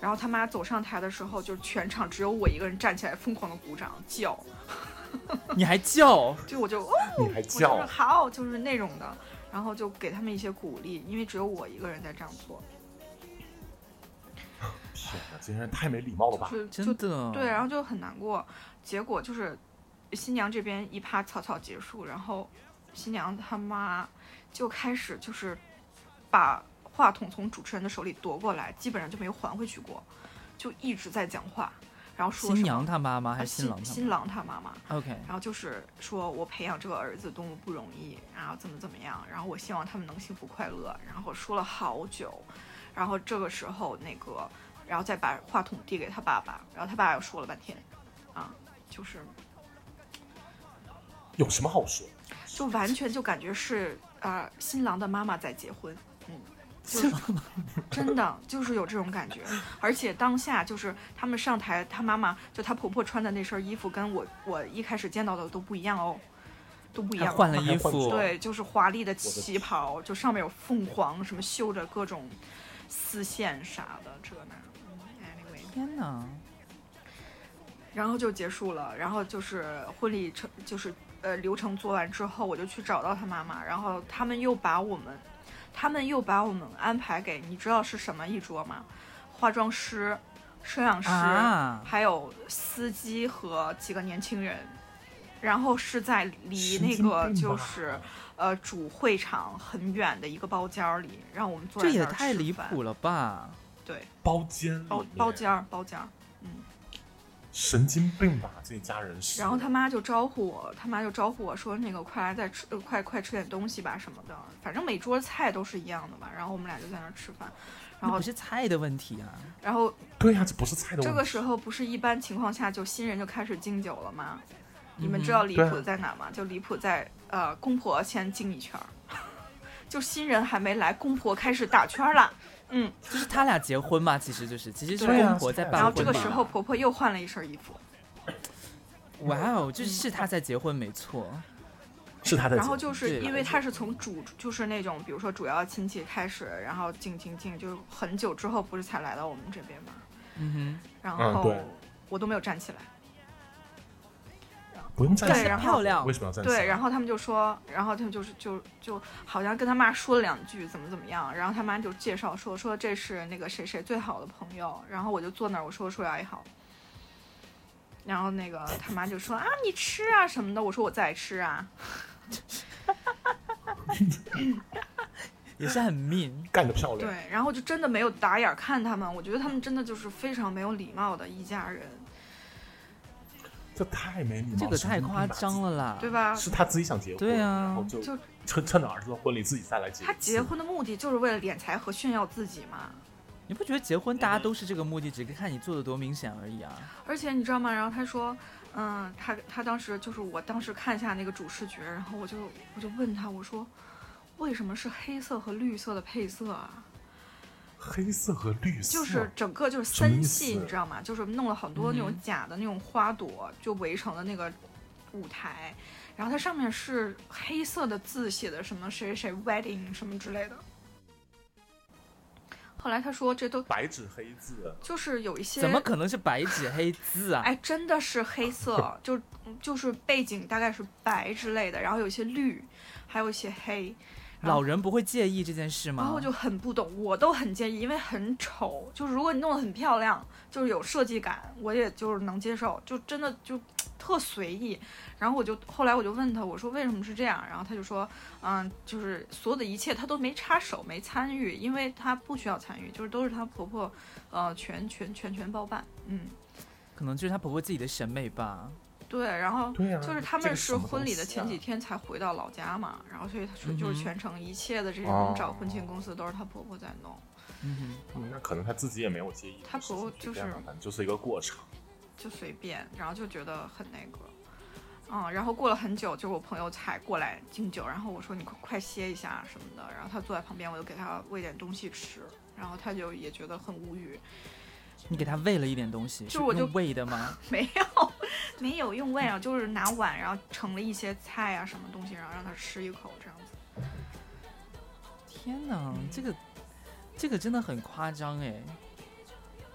Speaker 3: 然后他妈走上台的时候，就全场只有我一个人站起来疯狂的鼓掌叫，
Speaker 1: 你还叫？
Speaker 3: 就我就哦，
Speaker 2: 你还
Speaker 3: 我就是
Speaker 2: 叫，啊
Speaker 3: 好，就是那种的，然后就给他们一些鼓励，因为只有我一个人在这样做，
Speaker 2: 天哪，这些人太没礼貌了吧？
Speaker 3: 就是就
Speaker 1: 真的？
Speaker 3: 对，啊然后就很难过。结果就是新娘这边一趴草草结束，然后新娘她妈就开始就是把话筒从主持人的手里夺过来，基本上就没有还回去过，就一直在讲话，然后说
Speaker 1: 新
Speaker 3: 什么
Speaker 1: 娘她妈妈
Speaker 3: 啊
Speaker 1: 还是新郎
Speaker 3: 新
Speaker 1: 他
Speaker 3: 新郎他妈妈，
Speaker 1: 妈？OK，
Speaker 3: 然后就是说我培养这个儿子多么不容易，然后怎么怎么样，然后我希望他们能幸福快乐，然后说了好久，然后这个时候那个，然后再把话筒递给他爸爸，然后他爸又说了半天，啊，就是
Speaker 2: 有什么好说？
Speaker 3: 就完全就感觉是呃新郎的妈妈在结婚，嗯，就是真的就是有这种感觉，而且当下就是他们上台，她妈妈就她婆婆穿的那身衣服跟我我一开始见到的都不一样哦，都不一
Speaker 1: 还
Speaker 3: 样哦，
Speaker 1: 换了衣
Speaker 2: 还换
Speaker 1: 服，
Speaker 2: 装
Speaker 3: 对，就是华丽的旗袍，就上面有凤凰，什么绣着各种丝线啥的，这那。嗯，anyway，
Speaker 1: 天哪！
Speaker 3: 然后就结束了，然后就是婚礼程，就是呃流程做完之后，我就去找到他妈妈，然后他们又把我们，他们又把我们安排给你知道是什么一桌吗？化妆师、摄像师，
Speaker 1: 啊，
Speaker 3: 还有司机和几个年轻人，然后是在离那个
Speaker 2: 神经病
Speaker 3: 就
Speaker 2: 吧
Speaker 3: 是呃主会场很远的一个包间儿里，让我们坐
Speaker 1: 这
Speaker 3: 在
Speaker 1: 也
Speaker 3: 那儿
Speaker 1: 太
Speaker 3: 吃
Speaker 1: 离
Speaker 3: 饭。
Speaker 1: 谱了吧！
Speaker 3: 对，
Speaker 2: 包间里
Speaker 3: 包
Speaker 2: 面
Speaker 3: 包间儿包间儿。
Speaker 2: 神经病吧？这一家人是。
Speaker 3: 然后他妈就招呼我，他妈就招呼我说那个快来再吃，呃快快吃点东西吧什么的，反正每桌菜都是一样的吧。然后我们俩就在那儿吃饭，然
Speaker 1: 那
Speaker 3: 后
Speaker 1: 不是菜的问题啊，
Speaker 3: 然后
Speaker 2: 对呀、这不是菜的问题。
Speaker 3: 这个时候不是一般情况下就新人就开始敬酒了吗？你们
Speaker 1: 嗯
Speaker 3: 知道离
Speaker 2: 对啊
Speaker 3: 谱在哪吗？就离谱在呃，公婆先敬一圈儿， 就新人还没来，公婆开始打圈儿了。嗯，
Speaker 1: 就是他俩结婚嘛，其实就是其实是
Speaker 2: 对啊
Speaker 1: 公婆在办
Speaker 3: 然后
Speaker 1: 婚
Speaker 3: 这个
Speaker 1: 嘛
Speaker 3: 时候婆婆又换了一身衣服，
Speaker 1: 哇哦，
Speaker 3: 嗯
Speaker 1: 就是是他在结婚没错，
Speaker 2: 是他在
Speaker 3: 然后
Speaker 2: 结
Speaker 3: 就
Speaker 2: 婚
Speaker 3: 是
Speaker 1: 对
Speaker 3: 因为他是从主就是那种比如说主要亲戚开始，然后敬敬敬，就是很久之后不是才来到我们这边嘛，
Speaker 1: 嗯
Speaker 3: 然
Speaker 2: 嗯
Speaker 3: 后
Speaker 2: 对
Speaker 3: 我都没有站起来。
Speaker 2: 不用站
Speaker 3: 对
Speaker 2: 起来
Speaker 3: 然后
Speaker 1: 漂亮
Speaker 2: 为什么要站起来？
Speaker 3: 对，然后他们就说，然后他们就是就就好像跟他妈说了两句怎么怎么样，然后他妈就介绍说说这是那个谁谁最好的朋友，然后我就坐那儿我说说要也好，然后那个他妈就说啊你吃啊什么的，我说我再吃啊，
Speaker 1: 哼，也是很 mean。
Speaker 2: 干得漂亮。
Speaker 3: 对，然后就真的没有打眼儿看他们，我觉得他们真的就是非常没有礼貌的一家人，
Speaker 2: 这太没礼貌，
Speaker 1: 这个太夸张
Speaker 2: 了。
Speaker 1: 了啦！
Speaker 3: 对吧？
Speaker 2: 是他自己想结婚，
Speaker 1: 对啊
Speaker 2: 然后就
Speaker 3: 就
Speaker 2: 趁趁着儿子的婚礼自己再来结。
Speaker 3: 他结，婚的目的就是为了敛财和炫耀自己嘛，
Speaker 1: 你不觉得结婚大家都是这个目的，只是看你做的多明显而已啊？
Speaker 3: 而且你知道吗？然后他说，嗯，他他当时就是我当时看一下那个主视觉，然后我就我就问他，我说为什么是黑色和绿色的配色啊？
Speaker 2: 黑色和绿色，
Speaker 3: 就是整个就是
Speaker 2: 啊什么
Speaker 3: 森
Speaker 2: 意
Speaker 3: 系，
Speaker 2: 思
Speaker 3: 你知道吗？就是弄了很多那种
Speaker 1: 嗯哼
Speaker 3: 假的那种花朵，就围成了那个舞台，然后它上面是黑色的字写的什么谁谁谁 wedding 什么之类的。后来他说这都
Speaker 2: 白纸黑字，
Speaker 3: 就是有一些
Speaker 1: 怎么可能是白纸黑字啊？
Speaker 3: 哎，真的是黑色，就就是背景大概是白之类的，然后有一些绿，还有一些黑，然后
Speaker 1: 老人不会介意这件事吗？
Speaker 3: 然后我就很不懂，我都很介意，因为很丑。就是如果你弄得很漂亮，就是有设计感，我也就是能接受，就真的就特随意。然后我就后来我就问他，我说为什么是这样？然后他就说，嗯，就是所有的一切他都没插手，没参与，因为他不需要参与，就是都是她婆婆，呃，全全全权包办，嗯。
Speaker 1: 可能就是她婆婆自己的审美吧。
Speaker 3: 对，然后
Speaker 2: 对啊
Speaker 3: 就是他
Speaker 2: 这
Speaker 3: 们
Speaker 2: 个
Speaker 3: 是
Speaker 2: 什么
Speaker 3: 婚
Speaker 2: 东
Speaker 3: 礼的
Speaker 2: 西
Speaker 3: 前
Speaker 2: 啊
Speaker 3: 几天才回到老家嘛，然后所以他说就
Speaker 1: 嗯
Speaker 3: 是
Speaker 1: 哼
Speaker 3: 全程一切的这种
Speaker 2: 哦
Speaker 3: 找婚庆公司都是她婆婆在弄，
Speaker 1: 嗯
Speaker 2: 嗯那可能他自己也没有介意。
Speaker 3: 他
Speaker 2: 这个
Speaker 3: 不
Speaker 2: 事情
Speaker 3: 就是
Speaker 2: 这样反正就是一个过程。
Speaker 3: 就随便，然后就觉得很那个，嗯，然后过了很久，就是我朋友才过来敬酒，然后我说你快快歇一下啊什么的，然后他坐在旁边，我就给他喂点东西吃，然后他就也觉得很无语，
Speaker 1: 哼，你给她喂了一点东西，
Speaker 3: 就是我就
Speaker 1: 用喂的吗？
Speaker 3: 没有没有用喂啊，就是拿碗然后盛了一些菜啊什么东西，然后让他吃一口这样子，
Speaker 1: 天哪
Speaker 3: 嗯，
Speaker 1: 这个这个真的很夸张哎，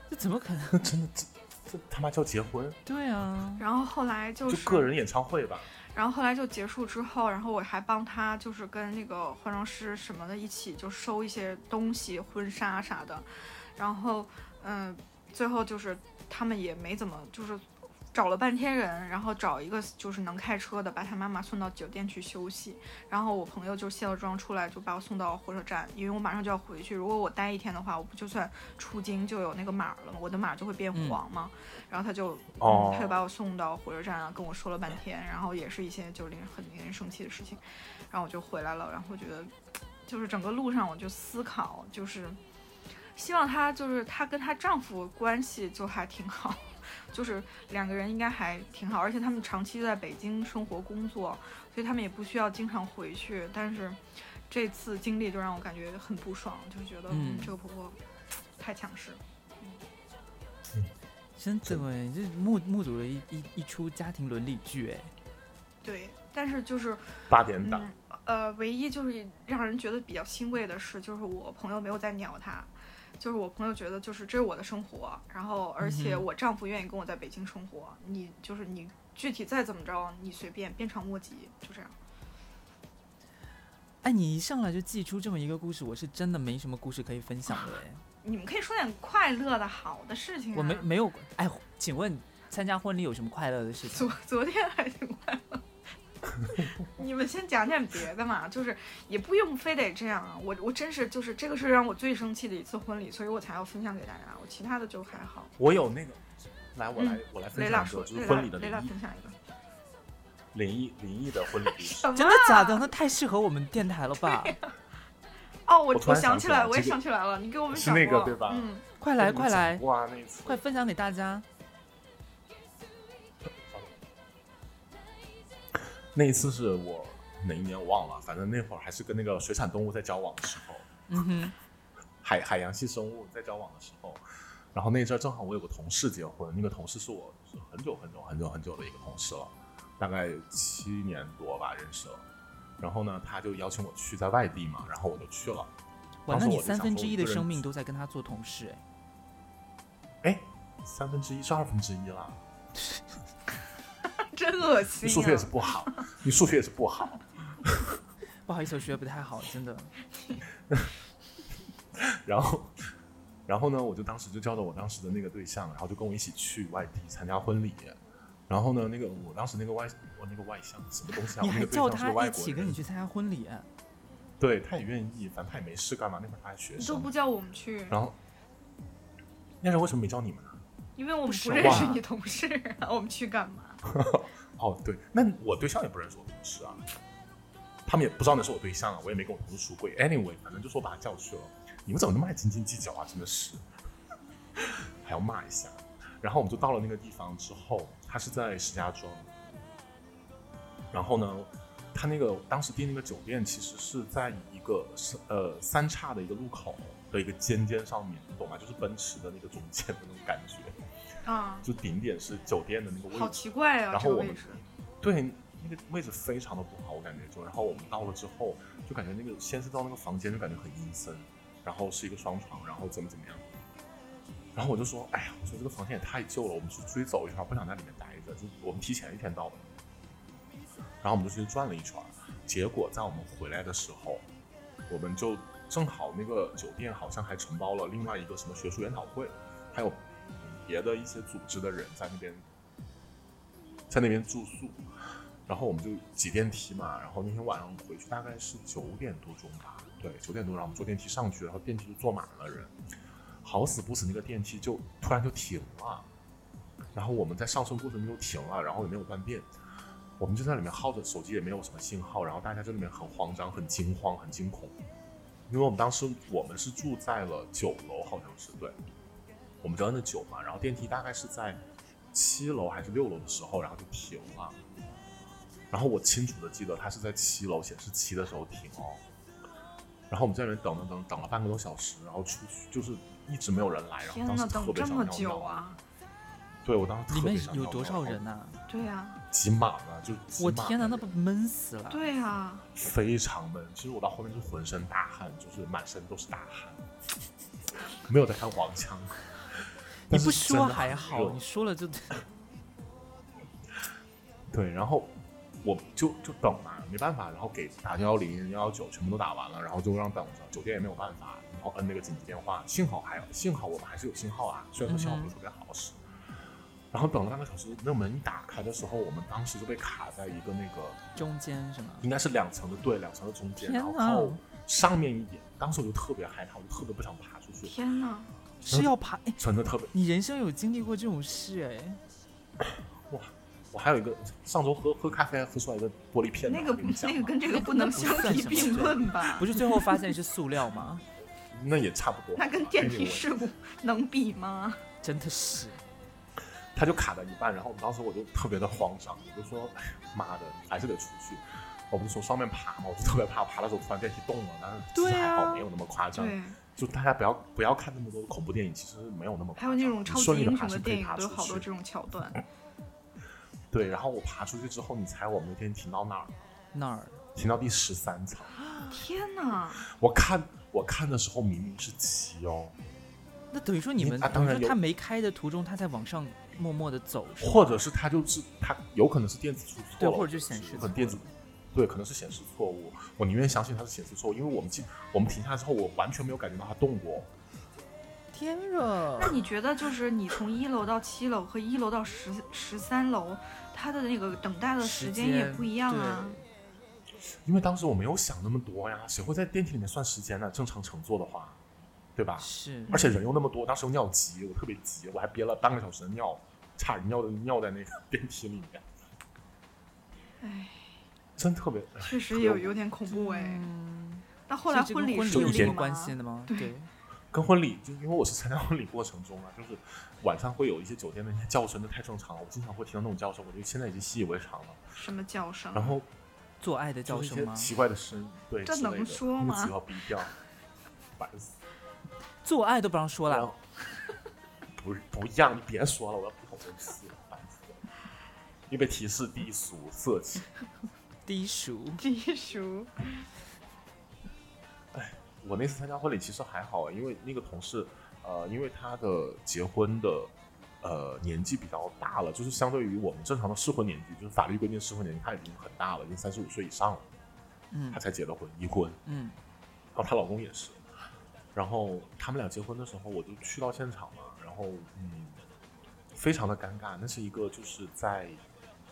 Speaker 1: 这怎么可能？
Speaker 2: 那真的，这这他妈叫结婚？
Speaker 1: 对啊，
Speaker 3: 然后后来就
Speaker 2: 就是个人演唱会吧，
Speaker 3: 然后后来就结束之后，然后我还帮他就是跟那个化妆师什么的一起就收一些东西，婚纱啥的。然后嗯，最后就是他们也没怎么就是找了半天人，然后找一个就是能开车的，把他妈妈送到酒店去休息。然后我朋友就卸了妆出来，就把我送到火车站，因为我马上就要回去。如果我待一天的话，我不就算出京就有那个码了吗，我的码就会变
Speaker 1: 嗯
Speaker 3: 黄嘛。然后他就
Speaker 2: 哦
Speaker 3: 嗯，他就把我送到火车站啊，跟我说了半天，然后也是一些就令人很令人生气的事情，然后我就回来了，然后我觉得，就是整个路上我就思考，就是希望她就是她跟她丈夫关系就还挺好， 就是两个人应该还挺好，而且他们长期在北京生活工作，所以他们也不需要经常回去，但是这次经历就让我感觉很不爽，就是觉得
Speaker 1: 嗯
Speaker 3: 这个婆婆太强势了。
Speaker 1: 真的哎，这目目睹了一一一出家庭伦理剧哎。
Speaker 3: 对，但是就是
Speaker 2: 八点档。
Speaker 3: 嗯，呃，唯一就是让人觉得比较欣慰的是，就是我朋友没有再鸟他。就是我朋友觉得，就是这是我的生活，然后而且
Speaker 1: 嗯哼
Speaker 3: 我丈夫愿意跟我在北京生活，你就是你具体再怎么着，你随便，鞭长莫及，就这样。
Speaker 1: 哎，你一上来就寄出这么一个故事，我是真的没什么故事可以分享的哎。
Speaker 3: 你们可以说点快乐的好的事情啊。
Speaker 1: 我没没有哎，请问参加婚礼有什么快乐的事情
Speaker 3: 昨？昨天还挺快乐。你们先讲点别的嘛，就是也不用非得这样啊。我我真是就是这个是让我最生气的一次婚礼，所以我才要分享给大家。我其他的就还好。
Speaker 2: 我有那个，来我来、
Speaker 3: 嗯
Speaker 2: 我来分
Speaker 3: 雷
Speaker 2: 享
Speaker 3: 老
Speaker 2: 一
Speaker 3: 说
Speaker 2: 个，，就
Speaker 3: 雷
Speaker 2: 是
Speaker 3: 老
Speaker 2: 婚礼的
Speaker 3: 雷
Speaker 2: 灵
Speaker 3: 老
Speaker 2: 异
Speaker 3: 分享一个，
Speaker 2: 灵异灵异的婚礼故事。
Speaker 1: 真的假的？那太适合我们电台了吧？
Speaker 3: 哦，我
Speaker 2: 我突然
Speaker 3: 想
Speaker 2: 想
Speaker 3: 起
Speaker 2: 起来
Speaker 3: 来，我也
Speaker 2: 这个
Speaker 3: 想起来了，你给我们
Speaker 2: 是
Speaker 3: 讲
Speaker 2: 那个
Speaker 3: 过
Speaker 2: 对吧
Speaker 3: 嗯，
Speaker 1: 快来快来，
Speaker 2: 哇，那一次
Speaker 1: 快分享给大家！
Speaker 2: 那一次是我哪一年我忘了，反正那会儿还是跟那个水产动物在交往的时候，
Speaker 1: 嗯哼，
Speaker 2: 海海洋系生物在交往的时候，然后那阵儿正好我有个同事结婚，那个同事是我很久很久很久很久的一个同事了，大概七年多吧认识了。然后呢，他就邀请我去在外地嘛，然后我就去了。
Speaker 1: 哇，那
Speaker 2: 当时
Speaker 1: 你
Speaker 2: 我就
Speaker 1: 三
Speaker 2: 想
Speaker 1: 分
Speaker 2: 说
Speaker 1: 之
Speaker 2: 我
Speaker 1: 一
Speaker 2: 一
Speaker 1: 的
Speaker 2: 个人
Speaker 1: 生命都在跟他做同事哎。
Speaker 2: 哎，三分之一是二分之一啦，
Speaker 3: 真恶
Speaker 2: 你
Speaker 3: 心、
Speaker 2: 数学也是
Speaker 3: 啊。
Speaker 2: 不好，你数学也是不好。
Speaker 1: 不好意思，我学的不太好，真的。
Speaker 2: 然后，然后呢，我就当时就叫着我当时的那个对象，然后就跟我一起去外地参加婚礼。然后呢，那个我当时那个外我那个外向什么东西啊？
Speaker 1: 你
Speaker 2: 我那
Speaker 1: 还
Speaker 2: 个对
Speaker 1: 叫
Speaker 2: 象是
Speaker 1: 他
Speaker 2: 个外
Speaker 1: 一
Speaker 2: 国
Speaker 1: 起
Speaker 2: 人，
Speaker 1: 跟你去参加婚礼？啊
Speaker 2: 对，他也愿意，反正他也没事干嘛，那会儿他还学
Speaker 3: 你都
Speaker 2: 生
Speaker 3: 不。叫我们去，
Speaker 2: 然后，那时候为什么没叫你们呢？
Speaker 3: 因为我们不
Speaker 1: 熟
Speaker 3: 认识
Speaker 2: 啊
Speaker 3: 你同事啊，我们去干嘛？
Speaker 2: 哦，对，那我对象也不认识我同事啊，他们也不知道那是我对象啊，我也没跟我同事说过。Anyway，反正就是我把他叫去了。你们怎么那么爱斤斤计较啊？真的是，还要骂一下。然后我们就到了那个地方之后，他是在石家庄。然后呢，他那个当时订那个酒店其实是在一个是呃三岔的一个路口的一个尖尖上面，你懂吗？就是奔驰的那个中间的那种感觉，
Speaker 3: 啊，
Speaker 2: 就顶点是酒店的那个位置
Speaker 3: 好。奇怪啊，
Speaker 2: 然后
Speaker 3: 这个
Speaker 2: 我
Speaker 3: 位
Speaker 2: 们
Speaker 3: 置。
Speaker 2: 对那个位置非常的不好，我感觉就。然后我们到了之后，就感觉那个先是到那个房间就感觉很阴森，然后是一个双床，然后怎么怎么样。然后我就说，哎呀，我说这个房间也太旧了，我们去出去走一圈，不想在里面待着，就我们提前一天到的。然后我们就出去转了一圈，结果在我们回来的时候，我们就正好那个酒店好像还承包了另外一个什么学术研讨会，还有别的一些组织的人在那边在那边住宿，然后我们就挤电梯嘛，然后那天晚上回去大概是九点多钟吧，对，九点多，然后我们坐电梯上去，然后电梯就坐满了人，好死不死那个电梯就突然就停了，然后我们在上升过程中就停了，然后也没有断电，我们就在里面耗着，手机也没有什么信号，然后大家在里面很慌张、很惊慌、很惊恐，因为我们当时我们是住在了九楼，好像是对，我们就摁着九嘛，然后电梯大概是在七楼还是六楼的时候，然后就停了。然后我清楚的记得它是在七楼显示七的时候停哦。然后我们在那边等了等等了半个多小时，然后出去就是一直没有人来，然后
Speaker 3: 天
Speaker 2: 当时
Speaker 3: 呐，
Speaker 2: 特
Speaker 3: 等
Speaker 2: 别
Speaker 3: 这
Speaker 2: 想
Speaker 3: 么
Speaker 2: 尿
Speaker 3: 久
Speaker 2: 尿！
Speaker 3: 啊！
Speaker 2: 对我当时特
Speaker 1: 里
Speaker 2: 别
Speaker 1: 面
Speaker 2: 想
Speaker 1: 有
Speaker 2: 尿
Speaker 1: 多
Speaker 2: 尿
Speaker 1: 少
Speaker 2: 然后
Speaker 1: 人呐？
Speaker 3: 对呀、
Speaker 2: 挤满了，就是挤
Speaker 1: 我
Speaker 2: 满
Speaker 1: 天哪，
Speaker 2: 了
Speaker 1: 那
Speaker 2: 人
Speaker 1: 不闷死了！
Speaker 3: 对呀、
Speaker 2: 非常闷。其实我到后面就浑身 大汗，就是满身都是大汗，没有在看黄腔。
Speaker 1: 你
Speaker 2: 但是
Speaker 1: 不
Speaker 2: 是真
Speaker 1: 说
Speaker 2: 的
Speaker 1: 还
Speaker 2: 很
Speaker 1: 好，
Speaker 2: 热
Speaker 1: 你说 了就
Speaker 2: 对，然后我就就等嘛，没办法，然后给打幺幺零、幺幺九全部都打完了，然后就让等着，酒店也没有办法，然后摁那个紧急电话，幸好还有，幸好我们还是有信号啊，虽然说信号不是特别好使。
Speaker 1: 嗯
Speaker 2: 然后等了半个小时，那门一打开的时候，我们当时就被卡在一个那个
Speaker 1: 中间是吗？
Speaker 2: 应该是两层的对，两层的中间，
Speaker 1: 天
Speaker 2: 然后
Speaker 1: 哪
Speaker 3: 啊
Speaker 2: 靠上面一点。当时我就特别害怕，我就特别不想爬出去，
Speaker 3: 天哪！
Speaker 1: 是要爬？哎，
Speaker 2: 真的特别。
Speaker 1: 你人生有经历过这种事哎？
Speaker 2: 我还有一个上周喝喝咖啡还喝出来一个玻璃片呢，
Speaker 3: 那个
Speaker 2: 我跟你讲
Speaker 3: 那个
Speaker 2: 啊
Speaker 3: 跟这 个不能
Speaker 1: 那不
Speaker 3: 相
Speaker 1: 算
Speaker 3: 提
Speaker 1: 什么
Speaker 3: 并
Speaker 1: 对
Speaker 3: 论吧
Speaker 1: 不？是最后发现是塑料吗？
Speaker 2: 那也差不多。
Speaker 3: 那跟电梯
Speaker 2: 因为我
Speaker 3: 事故能比吗？
Speaker 1: 真的是，
Speaker 2: 他就卡在一半，然后当时我就特别的慌张，我就说，哎妈的，还是得出去。我不是从上面爬嘛，我就特别怕爬的时候突然电梯动了，但是其实
Speaker 1: 对
Speaker 2: 还
Speaker 1: 啊
Speaker 2: 好没有那么夸张。
Speaker 3: 对，
Speaker 2: 就大家不要不要看那么多恐怖电影，其实没有那么夸
Speaker 3: 还
Speaker 2: 张。
Speaker 3: 有那种
Speaker 2: 你
Speaker 3: 超级
Speaker 2: 顺利地
Speaker 3: 英
Speaker 2: 爬
Speaker 3: 雄
Speaker 2: 是
Speaker 3: 的
Speaker 2: 可以
Speaker 3: 电影
Speaker 2: 爬
Speaker 3: 都有
Speaker 2: 出
Speaker 3: 好多
Speaker 2: 去
Speaker 3: 这种桥段。
Speaker 2: 对，然后我爬出去之后，你猜我们那天停到哪儿？
Speaker 1: 那儿
Speaker 2: 停到第十三层。
Speaker 3: 天哪！
Speaker 2: 我看我看的时候明明是七哦，
Speaker 1: 那等于说你
Speaker 2: 你
Speaker 1: 们，
Speaker 2: 啊当然
Speaker 1: 等于说他
Speaker 2: 有
Speaker 1: 没开的途中，他在往上默默的走，是吧
Speaker 2: 或者是它就是它有可能是电子出错
Speaker 1: 对
Speaker 2: 了，
Speaker 1: 或者就显示
Speaker 2: 有可能
Speaker 1: 错
Speaker 2: 电子对，可能是显示错误。我宁愿相信它是显示错误，因为我们进我们停下来之后，我完全没有感觉到它动过。
Speaker 1: 天热
Speaker 3: 那，你觉得就是你从一楼到七楼和一楼到十十三楼，它的那个等待的时间也不一样啊。
Speaker 2: 因为当时我没有想那么多呀，谁会在电梯里面算时间呢？正常乘坐的话，对吧
Speaker 1: 对，？是
Speaker 2: 而且人又那么多，当时又尿急，我特别急，我还憋了半个小时的尿，差点尿的尿在那个 电梯里面，
Speaker 3: 哎，
Speaker 2: 真特别。
Speaker 3: 确实有有点恐怖哎。
Speaker 1: 嗯
Speaker 3: 那后来
Speaker 1: 所以这跟
Speaker 3: 礼
Speaker 1: 婚
Speaker 3: 是
Speaker 2: 有
Speaker 1: 有
Speaker 2: 一
Speaker 1: 什
Speaker 2: 点
Speaker 1: 么
Speaker 3: 点
Speaker 1: 关系的吗？
Speaker 3: 对
Speaker 1: 对，
Speaker 2: 跟婚礼，就因为我是参加婚礼过程中啊，就是晚上会有一些酒店的那些叫声，那太正常了，我经常会听到那种叫声，我就现在已经习以为常了。
Speaker 3: 什么叫声？
Speaker 2: 然后
Speaker 1: 做爱的嗯
Speaker 2: 就
Speaker 1: 叫
Speaker 2: 是一
Speaker 1: 声
Speaker 2: 些
Speaker 1: 吗？
Speaker 2: 奇怪的声音，对，
Speaker 3: 这
Speaker 2: 之类
Speaker 3: 能
Speaker 2: 的
Speaker 3: 说
Speaker 2: 那个
Speaker 3: 吗
Speaker 2: 词要逼掉，烦死。
Speaker 1: 做爱都不让说
Speaker 2: 然后
Speaker 1: 了，
Speaker 2: 不是不一样，你别说了，我要逼好生气了，烦死了。因为提示低俗色情，
Speaker 1: 低俗。
Speaker 3: 低俗。
Speaker 2: 我那次参加婚礼其实还好，因为那个同事，呃，因为他的结婚的，呃，年纪比较大了，就是相对于我们正常的适婚年纪，就是法律规定适婚年纪，他已经很大了，已经三十五岁以上了，
Speaker 1: 嗯
Speaker 2: 他才结的婚，已婚。
Speaker 1: 嗯，
Speaker 2: 然后她老公也是。然后他们俩结婚的时候，我就去到现场了，然后嗯，非常的尴尬。那是一个就是在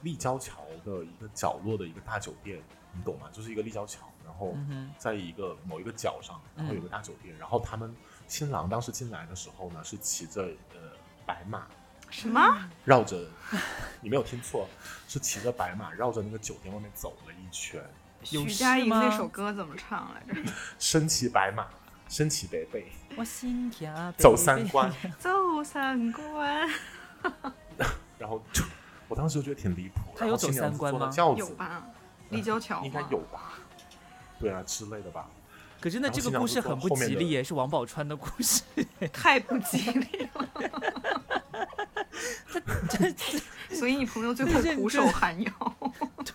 Speaker 2: 立交桥的一个角落的一个大酒店，你懂吗？就是一个立交桥，然后
Speaker 1: 嗯哼嗯
Speaker 2: 在一个某一个角上，然后有个大酒店。然后他们新郎当时进来的时候呢，是骑着呃白马，
Speaker 3: 什么？
Speaker 2: 绕着，你没有听错，是骑着白马绕着那个酒店外面走了一圈，
Speaker 1: 有
Speaker 3: 许佳
Speaker 1: 事
Speaker 3: 莹那
Speaker 1: 吗
Speaker 3: 首歌怎么唱来着？
Speaker 2: 身骑白马，身骑白背，
Speaker 1: 我心跳啊
Speaker 2: 走三关。
Speaker 3: 走三关。
Speaker 2: 然后就，我当时就觉得挺离谱。
Speaker 1: 他
Speaker 2: 然
Speaker 1: 有
Speaker 2: 后
Speaker 1: 走
Speaker 2: 新娘
Speaker 1: 三
Speaker 2: 子
Speaker 1: 关
Speaker 2: 坐到
Speaker 1: 吗
Speaker 2: 轿
Speaker 3: 有
Speaker 2: 子，
Speaker 3: 吧？立交桥
Speaker 2: 哦嗯应该
Speaker 3: 吗
Speaker 2: 有。吧？对啊，之类的吧。
Speaker 1: 可是那
Speaker 2: 然后
Speaker 1: 这
Speaker 2: 新
Speaker 1: 个
Speaker 2: 郎
Speaker 1: 故
Speaker 2: 就
Speaker 1: 事
Speaker 2: 坐
Speaker 1: 很不
Speaker 2: 后面
Speaker 1: 吉
Speaker 2: 的
Speaker 1: 利耶，是王宝钏的故事。
Speaker 3: 太不吉利了。 所以你朋友最
Speaker 1: 你
Speaker 3: 后
Speaker 1: 认
Speaker 3: 苦
Speaker 1: 真
Speaker 3: 守寒窑。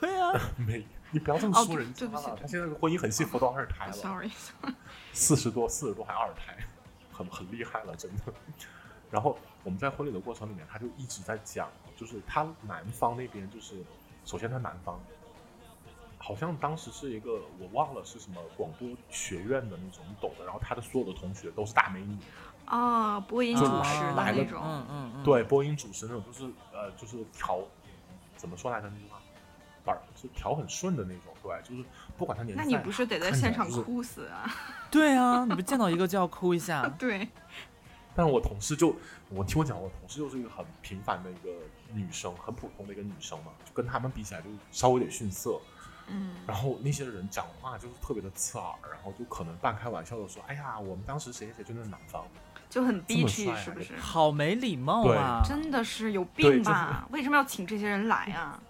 Speaker 1: 对啊，
Speaker 2: 没，你不要这么
Speaker 3: 哦
Speaker 2: 说
Speaker 3: 对
Speaker 2: 人家
Speaker 3: 对不起
Speaker 2: 了。
Speaker 3: 对
Speaker 2: 他现在婚姻很幸福，都二胎了，
Speaker 3: 哦 Sorry，
Speaker 2: 四十多，四十多还二胎，很很厉害了，真的。然后我们在婚礼的过程里面，他就一直在讲，就是他男方那边就是，首先他男方。好像当时是一个我忘了是什么广播学院的那种，你懂的。然后他的所有的同学都是大美女，
Speaker 3: 啊，播音
Speaker 1: 就
Speaker 3: 主
Speaker 1: 来
Speaker 3: 持的
Speaker 2: 来
Speaker 3: 那
Speaker 2: 了
Speaker 3: 种，
Speaker 1: 嗯嗯嗯，
Speaker 2: 对，播音主持那种，就是呃，就是调，怎么说来着那句话，板儿就调很顺的那种，对，就是不管他年纪
Speaker 3: 那
Speaker 2: 再大，
Speaker 3: 你不是得在
Speaker 2: 看起
Speaker 3: 现
Speaker 2: 来
Speaker 3: 场
Speaker 2: 就是
Speaker 3: 哭死啊？，
Speaker 1: 对啊，你不见到一个就要哭一下
Speaker 3: 对，
Speaker 2: 但我同事就，我听我讲，我同事就是一个很平凡的一个女生，很普通的一个女生嘛，就跟他们比起来就稍微有点逊色。
Speaker 3: 嗯，
Speaker 2: 然后那些人讲话就是特别的刺耳，然后就可能半开玩笑的说：“哎呀，我们当时谁谁谁就那南方，
Speaker 3: 就很
Speaker 2: 这么
Speaker 3: bitchy
Speaker 2: 帅啊
Speaker 3: 是不
Speaker 2: 这
Speaker 3: 是？
Speaker 1: 好没礼貌啊！
Speaker 3: 真的是有
Speaker 2: 对嗯
Speaker 3: 病
Speaker 2: 就是
Speaker 3: 吧？为什么要请这些人来啊？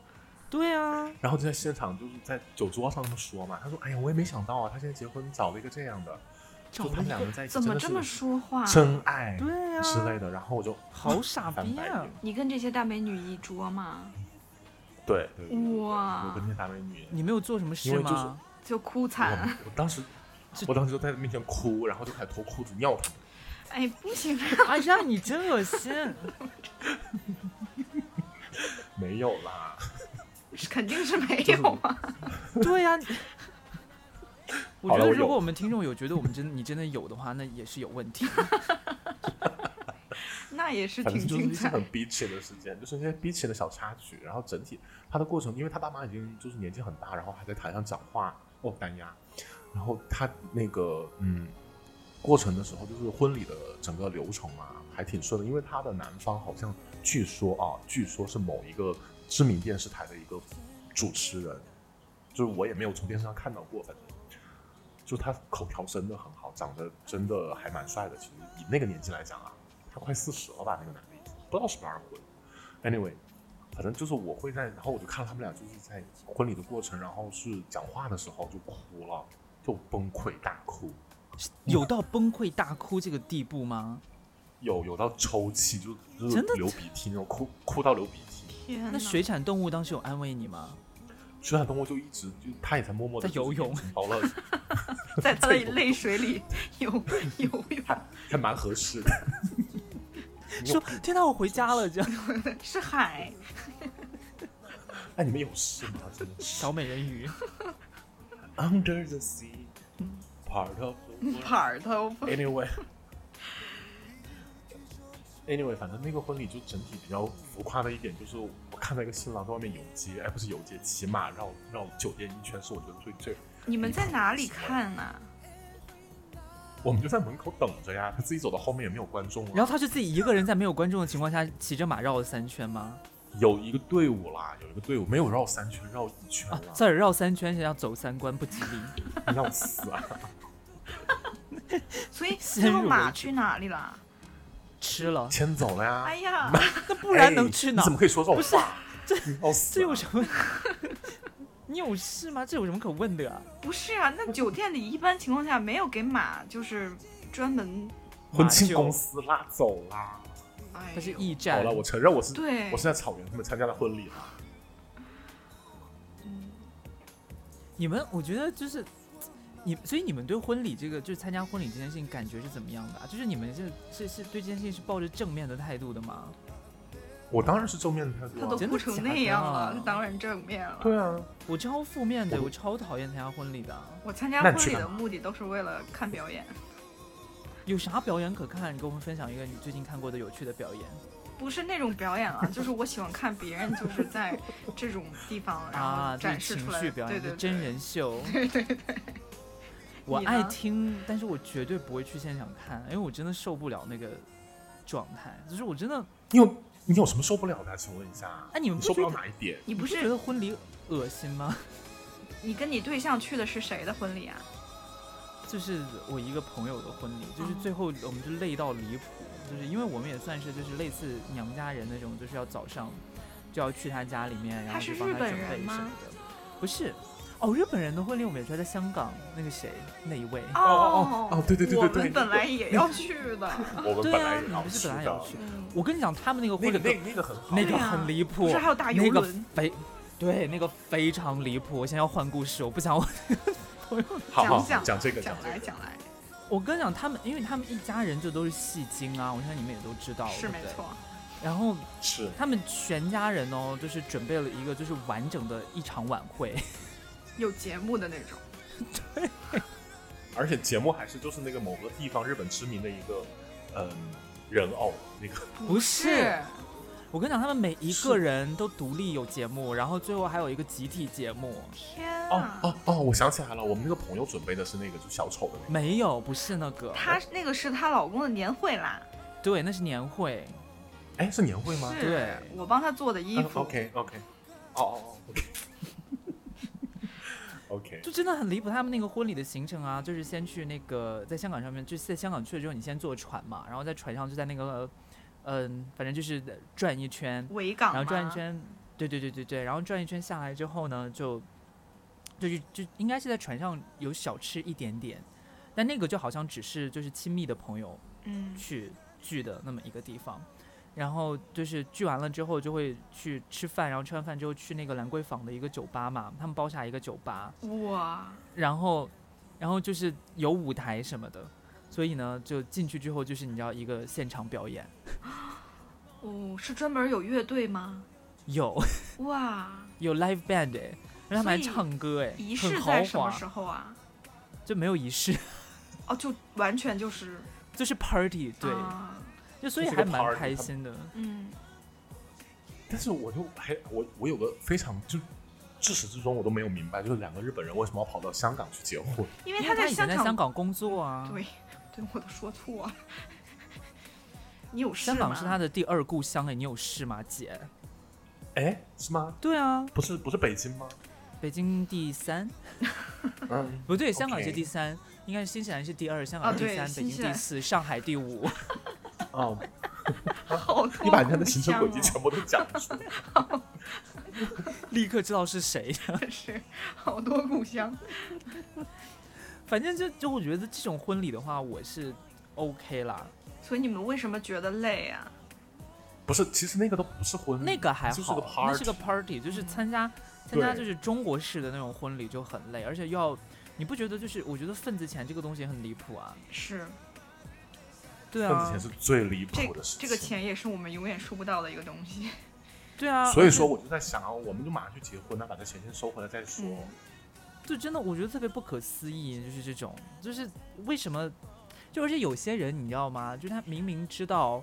Speaker 1: 对啊，
Speaker 2: 然后就在现场就是在酒桌上那么说嘛。”他说：“哎呀，我也没想到啊，他现在结婚找了一个这样的，
Speaker 1: 找
Speaker 2: 就他
Speaker 1: 了一
Speaker 2: 们两
Speaker 1: 个
Speaker 2: 个在一起
Speaker 3: 怎
Speaker 2: 真
Speaker 3: 么
Speaker 2: 的
Speaker 3: 这么
Speaker 2: 是
Speaker 3: 说话？
Speaker 2: 真爱
Speaker 1: 对啊
Speaker 2: 之类的，然后我就
Speaker 1: 好傻
Speaker 2: 翻
Speaker 1: 逼
Speaker 2: 白
Speaker 1: 啊
Speaker 2: 眼！
Speaker 3: 你跟这些大美女一桌吗？
Speaker 2: 对对对，我
Speaker 3: 哇
Speaker 2: 跟，那大美女，
Speaker 1: 你没有做什么事
Speaker 2: 因为就是
Speaker 1: 吗？
Speaker 3: 就哭惨。
Speaker 2: 我我当时
Speaker 1: 这
Speaker 2: 我当时就在她面前哭，然后就开始脱裤子尿她，
Speaker 3: 哎，不行，
Speaker 1: 哎呀，你真恶心！
Speaker 2: 没有啦，
Speaker 3: 是肯定是没有啊。
Speaker 1: 对呀、你我
Speaker 2: 好
Speaker 1: 觉
Speaker 2: 了
Speaker 1: 得
Speaker 2: 我
Speaker 1: 如
Speaker 2: 有
Speaker 1: 果我们听众有觉得我们真你真的有的话，那也是有问 题。
Speaker 3: 那也是
Speaker 2: 反正
Speaker 3: 挺
Speaker 2: 就是
Speaker 3: 精
Speaker 2: 一些
Speaker 3: 彩。
Speaker 2: 很逼切的事件，就是一些逼切的小插曲。然后整体他的过程，因为他爸妈已经就是年纪很大，然后还在台上讲话，哦，单压。然后他那个嗯，过程的时候，就是婚礼的整个流程啊，还挺顺的。因为他的男方好像据说啊，据说是某一个知名电视台的一个主持人，就是我也没有从电视上看到过，反正。就他口条真的很好，长得真的还蛮帅的。其实以那个年纪来讲啊，他快四十了吧，那个男的已经不知道是不是二婚。Anyway，反正就是我会在，然后我就看到他们俩就是在婚礼的过程，然后是讲话的时候就哭了，就崩溃大哭，
Speaker 1: 有到崩溃大哭这个地步吗？
Speaker 2: 有有到抽泣，就就是
Speaker 1: 真的
Speaker 2: 流鼻涕那种，哭哭到流鼻涕。
Speaker 3: 天哪
Speaker 1: 那水产动物当时有安慰你吗？
Speaker 2: 水产动物就一直就他也在默默的
Speaker 1: 在游泳，
Speaker 2: 包了，
Speaker 3: 在他的泪水里游游 泳，
Speaker 2: 还还蛮合适的。 你
Speaker 1: 说
Speaker 2: 有
Speaker 1: 天哪，我回家了，这样
Speaker 3: 是海。
Speaker 2: 哎，你们有事吗？真的是
Speaker 1: 小美人鱼
Speaker 2: Under the sea, part of the world.
Speaker 3: 哪儿都
Speaker 2: Anyway，anyway，反正那个婚礼就整体比较浮夸的一点就是，我看到一个新郎在外面游街，哎，不是游街，骑马绕绕酒店一圈，是我觉得最最。
Speaker 3: 你们在哪里看啊呢、
Speaker 2: 我们就在门口等着呀，他自己走到后面也没有观众啊。
Speaker 1: 然后他是自己一个人在没有观众的情况下骑着马绕了三圈吗？
Speaker 2: 有一个队伍啦，有一个队伍没有绕三圈，绕一圈
Speaker 1: 啊
Speaker 2: 了，，
Speaker 1: 在这绕三圈是要走三关不吉 利。
Speaker 2: 要死啊！
Speaker 3: 所以
Speaker 1: 先
Speaker 3: 最后
Speaker 1: 入为
Speaker 3: 马
Speaker 1: 主
Speaker 3: 去哪里了？
Speaker 1: 吃了，
Speaker 2: 牵走了呀。
Speaker 3: 哎呀，
Speaker 1: 那不然能
Speaker 2: 哎
Speaker 1: 去哪
Speaker 2: 你？怎么可以说这种
Speaker 1: 不是
Speaker 2: 话？你要死、啊！
Speaker 1: 这有什么？ 你有事吗？这有什么可问的啊？
Speaker 3: 不是啊，那酒店里一般情况下没有给马就是专门，
Speaker 2: 婚庆公司拉走啦。
Speaker 3: 哎呦，
Speaker 1: 它是驿
Speaker 2: 好
Speaker 1: 站
Speaker 2: 了，，我承认我是
Speaker 3: 对
Speaker 2: 我是在草原他们参加的婚礼了。
Speaker 1: 你们，我觉得就是你，所以你们对婚礼这个，就是参加婚礼这件事情，感觉是怎么样的、啊？就是你们是是是对这件事情是抱着正面的态度的吗？
Speaker 2: 我当然是正面态度
Speaker 3: 他都
Speaker 2: 啊。
Speaker 1: 真的
Speaker 3: 哭成
Speaker 1: 假
Speaker 3: 那
Speaker 1: 的
Speaker 3: 样
Speaker 1: 啊
Speaker 3: 了，他当然正面了。
Speaker 2: 对啊，
Speaker 1: 我超负面的，
Speaker 2: 我
Speaker 1: 我超讨厌参加婚礼的。啊
Speaker 3: 我参加
Speaker 2: 那
Speaker 3: 婚
Speaker 2: 你去
Speaker 3: 礼
Speaker 2: 干
Speaker 3: 的
Speaker 2: 嘛
Speaker 3: 目的都是为了看表演，
Speaker 1: 有啥表演可看？你跟我们分享一个你最近看过的有趣的表演
Speaker 3: 不是那种表演了，就是我喜欢看别人就是在这种地方，然
Speaker 1: 啊！
Speaker 3: 后
Speaker 1: 就是
Speaker 3: 展示出
Speaker 1: 情
Speaker 3: 来，
Speaker 1: 绪
Speaker 3: 对
Speaker 1: 表
Speaker 3: 对
Speaker 1: 演，
Speaker 3: 对，
Speaker 1: 就真人秀。
Speaker 3: 对，对对
Speaker 1: 我
Speaker 3: 你呢
Speaker 1: 爱听，但是我绝对不会去现场看，因为我真的受不了那个状态。就是我真的，
Speaker 2: 你有你有什么受不了的啊？请问一下，
Speaker 1: 哎，你们
Speaker 2: 受不
Speaker 1: 觉
Speaker 2: 了
Speaker 1: 得
Speaker 2: 哪一点？
Speaker 1: 你
Speaker 3: 你不
Speaker 1: 不觉
Speaker 3: 是
Speaker 1: 得婚礼恶心吗？
Speaker 3: 你跟你对象去的是谁的婚礼啊？
Speaker 1: 就是我一个朋友的婚礼，就是
Speaker 3: 哦
Speaker 1: 最后我们就累到离谱，就是因为我们也算是就是类似娘家人那种，就是要早上就要去他家里面，然
Speaker 3: 他
Speaker 1: 后就是帮
Speaker 3: 日
Speaker 1: 他
Speaker 3: 本
Speaker 1: 准备
Speaker 3: 人
Speaker 1: 什
Speaker 3: 吗
Speaker 1: 么的。不是，哦，日本人的婚礼我们也说在香港那个谁那一位。
Speaker 2: 哦哦哦哦，对对对
Speaker 3: 我
Speaker 2: 对对，
Speaker 3: 们本来也要去的，
Speaker 2: 我们
Speaker 1: 对
Speaker 2: 本
Speaker 1: 啊
Speaker 2: 来，也
Speaker 1: 你
Speaker 2: 要
Speaker 1: 们不是本来也要去
Speaker 2: 的。
Speaker 3: 嗯，
Speaker 1: 我跟你讲，他们那个婚
Speaker 2: 那个
Speaker 1: 礼
Speaker 2: 那个那个很好，
Speaker 1: 那
Speaker 3: 对
Speaker 1: 个
Speaker 3: 啊
Speaker 1: 很离
Speaker 3: 不
Speaker 1: 谱
Speaker 3: 是，还有大游
Speaker 1: 那个
Speaker 3: 轮，
Speaker 1: 非对那个非常离谱。我现在要换故 事，我不想我
Speaker 2: 好好
Speaker 3: 讲讲
Speaker 2: 讲这个
Speaker 3: 讲
Speaker 2: 这
Speaker 3: 来
Speaker 2: 个，
Speaker 3: 讲来，
Speaker 1: 我跟你讲，他们因为他们一家人就都是戏精啊，我相信你们也都知道，
Speaker 3: 是
Speaker 1: 对不
Speaker 3: 没
Speaker 1: 对。
Speaker 3: 错，
Speaker 1: 然后
Speaker 2: 是
Speaker 1: 他们全家人哦，就是准备了一个就是完整的一场晚会，
Speaker 3: 有节目的那种，
Speaker 2: 而且节目还是就是那个某个地方日本知名的一个嗯人偶那个，
Speaker 1: 不是。我跟你讲，他们每一个人都独立有节目，然后最后还有一个集体节目。
Speaker 3: 天
Speaker 2: 哦
Speaker 3: 啊！
Speaker 2: 哦哦，我想起来了，我们那个朋友准备的是那个就小丑的那个，
Speaker 1: 没有，不是那个，
Speaker 3: 她那个是她老公的年会啦，
Speaker 1: 对，那是年会。
Speaker 2: 哎，是年会吗？啊
Speaker 3: 是
Speaker 1: 对
Speaker 3: 我帮她做的衣服。
Speaker 2: OK OK，哦哦 哦 OK，OK，
Speaker 1: 就真的很离谱。他们那个婚礼的行程啊，就是先去那个在香港上面，就是在香港去了之后，你先坐船嘛，然后在船上就在那个，嗯、反正就是转一圈，
Speaker 3: 维港
Speaker 1: 然后
Speaker 3: 吗
Speaker 1: 转一，圈，对对对对对，然后转一圈下来之后呢，就就就就应该是在船上有小吃一点点，但那个就好像只是就是亲密的朋友
Speaker 3: 嗯，
Speaker 1: 去聚的那么一个地方。然后就是聚完了之后就会去吃饭，然后吃完饭之后去那个兰桂坊的一个酒吧嘛，他们包下一个酒吧，
Speaker 3: 哇，
Speaker 1: 然后，然后就是有舞台什么的，所以呢，就进去之后就是你知道一个现场表演，
Speaker 3: 哦，是专门有乐队吗？
Speaker 1: 有
Speaker 3: 哇，
Speaker 1: 有 live band 哎，让他们还
Speaker 3: 所以
Speaker 1: 唱歌哎，
Speaker 3: 仪
Speaker 1: 很
Speaker 3: 式
Speaker 1: 豪
Speaker 3: 在什么
Speaker 1: 华，
Speaker 3: 时候啊？
Speaker 1: 就没有仪式，
Speaker 3: 哦，就完全就是
Speaker 1: 就是 party 对，
Speaker 3: 啊
Speaker 1: 就所以
Speaker 2: 就是个
Speaker 1: 还蛮
Speaker 2: party，
Speaker 1: 开
Speaker 2: 他们
Speaker 1: 心的。
Speaker 3: 嗯，
Speaker 2: 但是我就还我我有个非常就至始至终我都没有明白，就是两个日本人为什么要跑到香港去结婚？
Speaker 3: 因
Speaker 1: 因
Speaker 3: 为
Speaker 1: 为
Speaker 3: 他
Speaker 1: 他
Speaker 3: 在
Speaker 1: 以
Speaker 3: 香
Speaker 1: 前在
Speaker 3: 港，
Speaker 1: 香港工作啊，
Speaker 3: 对对，我都说错了。 你有事
Speaker 1: 香港
Speaker 3: 吗
Speaker 1: 是他的第二故乡哎，你有事吗，姐？
Speaker 2: 哎，是吗？
Speaker 1: 对啊，
Speaker 2: 不是不是北京吗？
Speaker 1: 北京第三，
Speaker 2: 嗯，
Speaker 1: 不对，香港
Speaker 2: OK
Speaker 1: 是第三，应该是新西兰是第二，香
Speaker 3: 啊
Speaker 1: 港第
Speaker 3: 对
Speaker 1: 三，北
Speaker 3: 新
Speaker 1: 京
Speaker 3: 西
Speaker 1: 第
Speaker 3: 兰
Speaker 1: 四，上海第五。
Speaker 2: 哦，
Speaker 3: 好多
Speaker 2: 你把人家的行程
Speaker 3: 故
Speaker 2: 轨迹
Speaker 3: 乡啊
Speaker 2: 全部都讲出来。
Speaker 1: 立刻知道是谁。
Speaker 3: 哦 是好多故乡。
Speaker 1: 反正就就我觉得这种婚礼的话，我是 OK 啦，
Speaker 3: 所以你们为什么觉得累啊？
Speaker 2: 不是，其实那个都不是婚礼，
Speaker 1: 那个还
Speaker 2: 嗯就是个嗯
Speaker 1: 好，那是个 party，就是参加参加就
Speaker 2: 对
Speaker 1: 是中国式的那种婚礼就很累，而且又要你不觉得就是我觉得份子钱这个东西很离谱啊？
Speaker 3: 是
Speaker 1: 对
Speaker 2: 份子
Speaker 1: 啊
Speaker 2: 钱，是最离
Speaker 3: 这
Speaker 2: 谱的事情。
Speaker 3: 这个钱也是我们永远收不到的一个东西。
Speaker 1: 对啊，
Speaker 2: 所以
Speaker 1: 而且
Speaker 2: 说我就在想啊，我们就马上去结婚，那把这钱先收回来再说。
Speaker 3: 嗯
Speaker 1: 就真的我觉得特别不可思议，就是这种，就是为什么，就而且有些人你知道吗？就是他明明知道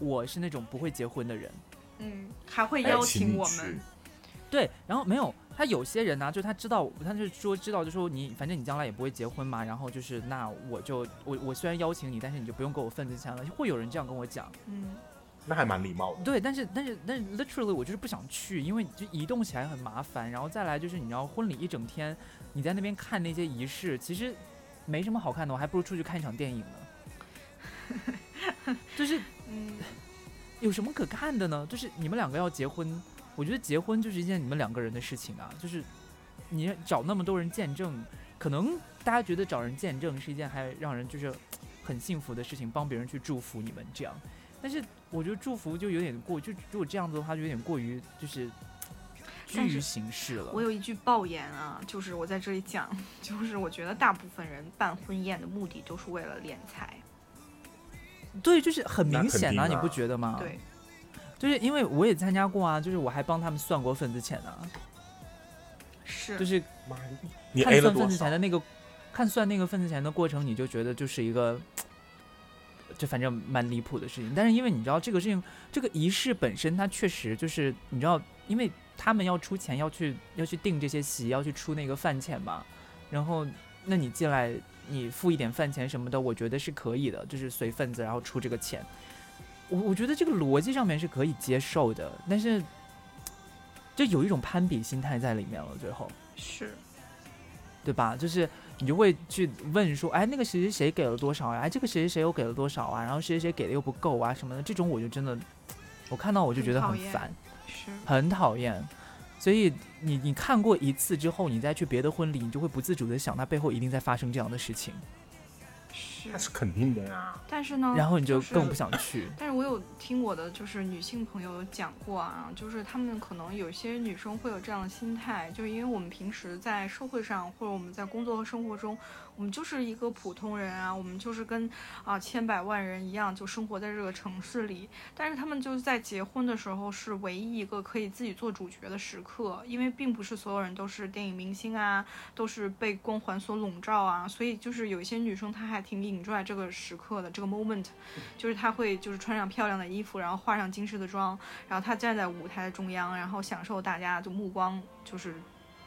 Speaker 1: 我是那种不会结婚的人，
Speaker 3: 嗯，还会
Speaker 2: 哎
Speaker 3: 邀
Speaker 2: 请
Speaker 3: 请
Speaker 2: 你
Speaker 3: 我
Speaker 2: 去
Speaker 3: 们。
Speaker 1: 对，然后没有他有些人呢、就他知道，他就是说知道，就说你反正你将来也不会结婚嘛，然后就是那我就我我虽然邀请你，但是你就不用给我份子钱了，会有人这样跟我讲，
Speaker 3: 嗯，
Speaker 2: 那还蛮礼貌的。
Speaker 1: 对，但是但是但是 literally 我就是不想去，因为就移动起来很麻烦，然后再来就是你知道婚礼一整天，你在那边看那些仪式，其实没什么好看的，我还不如出去看一场电影呢， 就是
Speaker 3: 嗯，
Speaker 1: 有什么可看的呢？就是你们两个要结婚，我觉得结婚就是一件你们两个人的事情啊，就是你找那么多人见证，可能大家觉得找人见证是一件还让人就是很幸福的事情，帮别人去祝福你们这样。但是我觉得祝福就有点过，就如果这样子的话，就有点过于就是
Speaker 3: 但
Speaker 1: 拘
Speaker 3: 是
Speaker 1: 于形式了。
Speaker 3: 我有一句爆言啊，就是我在这里讲， 就是我觉得大部分人办婚宴的目的都是为了敛财。
Speaker 1: 对，就是很
Speaker 2: 那
Speaker 1: 明
Speaker 2: 肯
Speaker 1: 显
Speaker 2: 定
Speaker 1: 啊，你
Speaker 2: 啊
Speaker 1: 不觉得吗？
Speaker 3: 对，，
Speaker 1: 就是因为我也参加过啊，就是我还帮他们算过份子钱呢、
Speaker 3: 是
Speaker 1: 就是
Speaker 2: 妈呀，你 A
Speaker 1: 看
Speaker 2: 了
Speaker 1: 算份
Speaker 2: 多
Speaker 1: 子钱
Speaker 2: 少？
Speaker 1: 的那个，看算那个份子钱的过程，你就觉得就是一个，就反正蛮离谱的事情。但是因为你知道这个事情，这个仪式本身它确实就是你知道，因为他们要出钱，要去要去订这些席，要去出那个饭钱嘛。然后，那你进来你付一点饭钱什么的，我觉得是可以的，就是随份子然后出这个钱。我我觉得这个逻辑上面是可以接受的，但是。就有一种攀比心态在里面了，最后。
Speaker 3: 是，
Speaker 1: 对吧？就是你就会去问说，哎，那个谁谁谁给了多少呀、哎，这个谁谁谁又给了多少啊？然后谁谁谁给的又不够啊什么的，这种我就真的，我看到我就觉得很
Speaker 3: 很讨厌
Speaker 1: 烦，
Speaker 3: 是，
Speaker 1: 很讨厌。所以你你看过一次之后，你再去别的婚礼，你就会不自主的想，它背后一定在发生这样的事情，
Speaker 2: 那是
Speaker 3: 是。
Speaker 2: 肯定的呀。
Speaker 3: 但是呢，
Speaker 1: 然后你就更不
Speaker 3: 嗯是
Speaker 1: 想去。
Speaker 3: 但是我有听我的就是女性朋友有讲过啊，就是她们可能有些女生会有这样的心态，就是因为我们平时在社会上或者我们在工作和生活中，我们就是一个普通人啊，我们就是跟啊千百万人一样，就生活在这个城市里。但是她们就是在结婚的时候是唯一一个可以自己做主角的时刻，因为并不是所有人都是电影明星啊，都是被光环所笼罩啊，所以就是有一些女生她还挺 enjoy 这个时刻的这个 moment。就是她会就是穿上漂亮的衣服，然后化上精致的妆，然后她站在舞台的中央，然后享受大家就目光就是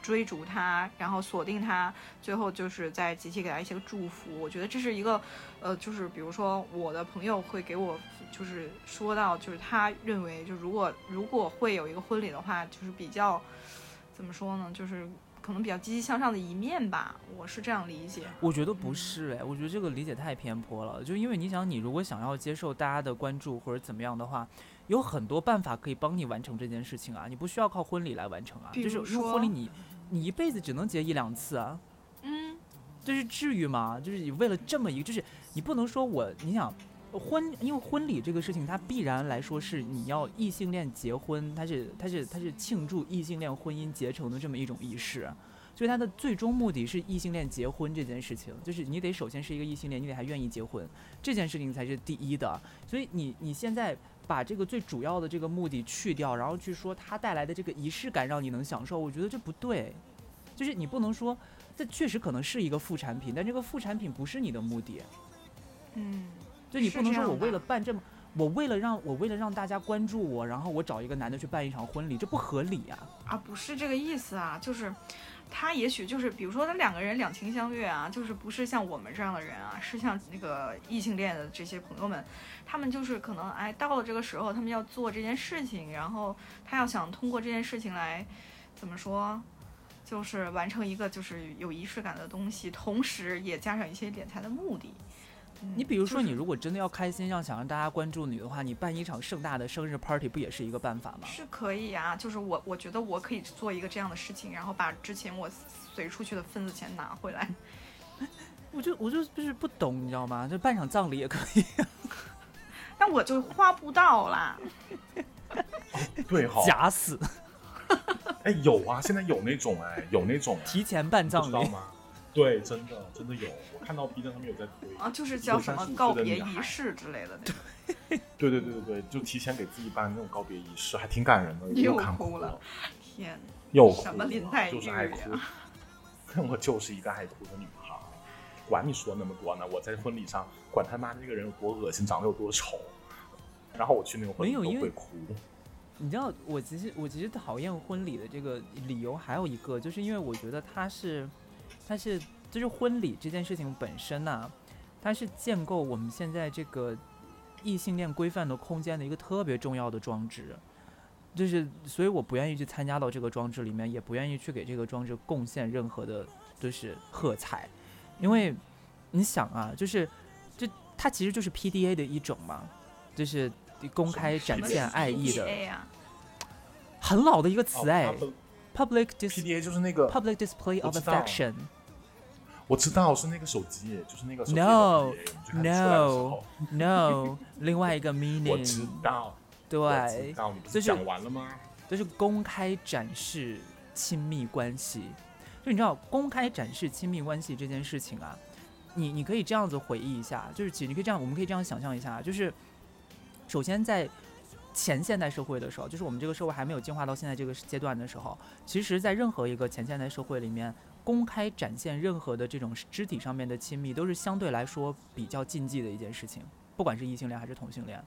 Speaker 3: 追逐她，然后锁定她，最后就是再集体给她一些祝福。我觉得这是一个，呃，就是比如说我的朋友会给我就是说到，就是他认为就如果如果会有一个婚礼的话，就是比较怎么说呢，就是。可能比较积极向上的一面吧，我是这样理解。
Speaker 1: 我觉得不是哎，我觉得这个理解太偏颇了。就因为你想，你如果想要接受大家的关注或者怎么样的话，有很多办法可以帮你完成这件事情啊，你不需要靠婚礼来完成啊。
Speaker 3: 比
Speaker 1: 就是
Speaker 3: 如
Speaker 1: 因为婚礼
Speaker 3: 说
Speaker 1: 你你一辈子只能结一两次啊，
Speaker 3: 嗯，
Speaker 1: 就是至于吗？就是你为了这么一个，就是你不能说我你想。婚，因为婚礼这个事情，它必然来说是你要异性恋结婚，它是它是它是庆祝异性恋婚姻结成的这么一种仪式，就是他的最终目的是异性恋结婚这件事情，就是你得首先是一个异性恋，你得还愿意结婚，这件事情才是第一的。所以你你现在把这个最主要的这个目的去掉，然后去说它带来的这个仪式感让你能享受，我觉得这不对。就是你不能说这确实可能是一个副产品，但这个副产品不是你的目的。
Speaker 3: 嗯，
Speaker 1: 就你
Speaker 3: 是
Speaker 1: 不能
Speaker 3: 这
Speaker 1: 说
Speaker 3: 样
Speaker 1: 我为
Speaker 3: 的
Speaker 1: 了办这么，我为了让我为了让大家关注我，然后我找一个男的去办一场婚礼，这不合理呀、
Speaker 3: 啊，不是这个意思啊，就是他也许就是，比如说他两个人两情相悦啊，就是不是像我们这样的人啊，是像那个异性恋的这些朋友们，他们就是可能哎，到了这个时候，他们要做这件事情，然后他要想通过这件事情来怎么说？就是完成一个就是有仪式感的东西，同时也加上一些敛财的目的。嗯
Speaker 1: 你比如说，
Speaker 3: 就
Speaker 1: 你
Speaker 3: 是
Speaker 1: 如果真的要开心，让想让大家关注你的话，你办一场盛大的生日 party 不也是一个办法吗？
Speaker 3: 是可以啊，就是我我觉得我可以做一个这样的事情，然后把之前我随出去的份子钱拿回来。
Speaker 1: 我就我就就是不懂，你知道吗？就办场葬礼也可以，
Speaker 3: 但我就花不 到啦。
Speaker 2: 对哈，
Speaker 1: 假死，
Speaker 2: 哎有啊，现在有那种哎，有那种哎
Speaker 1: 提前办
Speaker 2: 你不
Speaker 1: 葬
Speaker 2: 知道
Speaker 1: 礼，
Speaker 2: 吗？ 对，真的真的有，我看到 B 站上面有在推。
Speaker 3: 啊，就是叫什么告别仪式之类的那种。
Speaker 2: 对对对对对，就提前给自己办那种告别仪式，还挺感人的。
Speaker 3: 又
Speaker 2: 又看
Speaker 3: 哭
Speaker 2: 哭
Speaker 3: 了，天，
Speaker 2: 又哭
Speaker 3: 什
Speaker 2: 了
Speaker 3: 么林黛
Speaker 2: 就是
Speaker 3: 玉
Speaker 2: 爱
Speaker 3: 呀
Speaker 2: 哭。 我就是一个爱哭的女孩，管你说那么多呢！我在婚礼上管他妈那个人有多恶心，长得有多丑，然后我去那个婚礼
Speaker 1: 没有
Speaker 2: 都
Speaker 1: 因为
Speaker 2: 会哭。
Speaker 1: 你知道，我其实我其实讨厌婚礼的这个理由还有一个，就是因为我觉得它是，它是就是婚礼这件事情本身呐、它是建构我们现在这个异性恋规范的空间的一个特别重要的装置，就是所以我不愿意去参加到这个装置里面，也不愿意去给这个装置贡献任何的，就是喝彩，因为你想啊，就是这它其实就是 PDA 的一种嘛，就是公开展
Speaker 2: 什么
Speaker 1: 现爱意的。
Speaker 3: PDA 啊
Speaker 1: 很老的一个词哎、
Speaker 2: 哦
Speaker 1: p u b l i c
Speaker 2: p
Speaker 1: dis
Speaker 2: d a 就是那个，
Speaker 1: public display of
Speaker 2: 我知道
Speaker 1: affection。
Speaker 2: 我知道是那个手机，就是那个手机的
Speaker 1: No，
Speaker 2: PDA 我们最开始出来的时候
Speaker 1: No，另外一个
Speaker 2: 我知
Speaker 1: meaning，
Speaker 2: 道，我知
Speaker 1: 对，
Speaker 2: 道，你不
Speaker 1: 就是
Speaker 2: 是讲完了吗？
Speaker 1: 就是公开展示亲密关系。就你知道，公开展示亲密关系这件事情啊，你你可以这样子回忆一下，就是其实你可以这样，我们可以这样想象一下，啊就是首先在前现代社会的时候，就是我们这个社会还没有进化到现在这个阶段的时候，其实，在任何一个前现代社会里面，公开展现任何的这种肢体上面的亲密，都是相对来说比较禁忌的一件事情，不管是异性恋还是同性恋，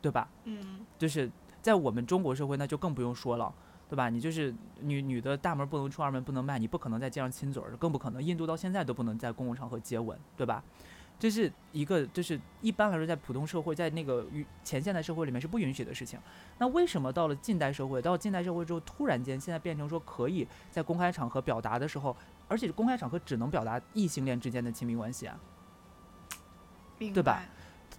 Speaker 1: 对吧？
Speaker 3: 嗯，
Speaker 1: 就是在我们中国社会，那就更不用说了，对吧？你就是女女的大门不能出，二门不能迈，你不可能在街上亲嘴儿，更不可能。印度到现在都不能在公共场合接吻，对吧？这是一个，就是一般来说，在普通社会，在那个与前现代社会里面是不允许的事情。那为什么到了近代社会，到近代社会之后，突然间现在变成说可以在公开场合表达的时候，而且公开场合只能表达异性恋之间的亲密关系啊？
Speaker 3: 明白
Speaker 1: 对吧？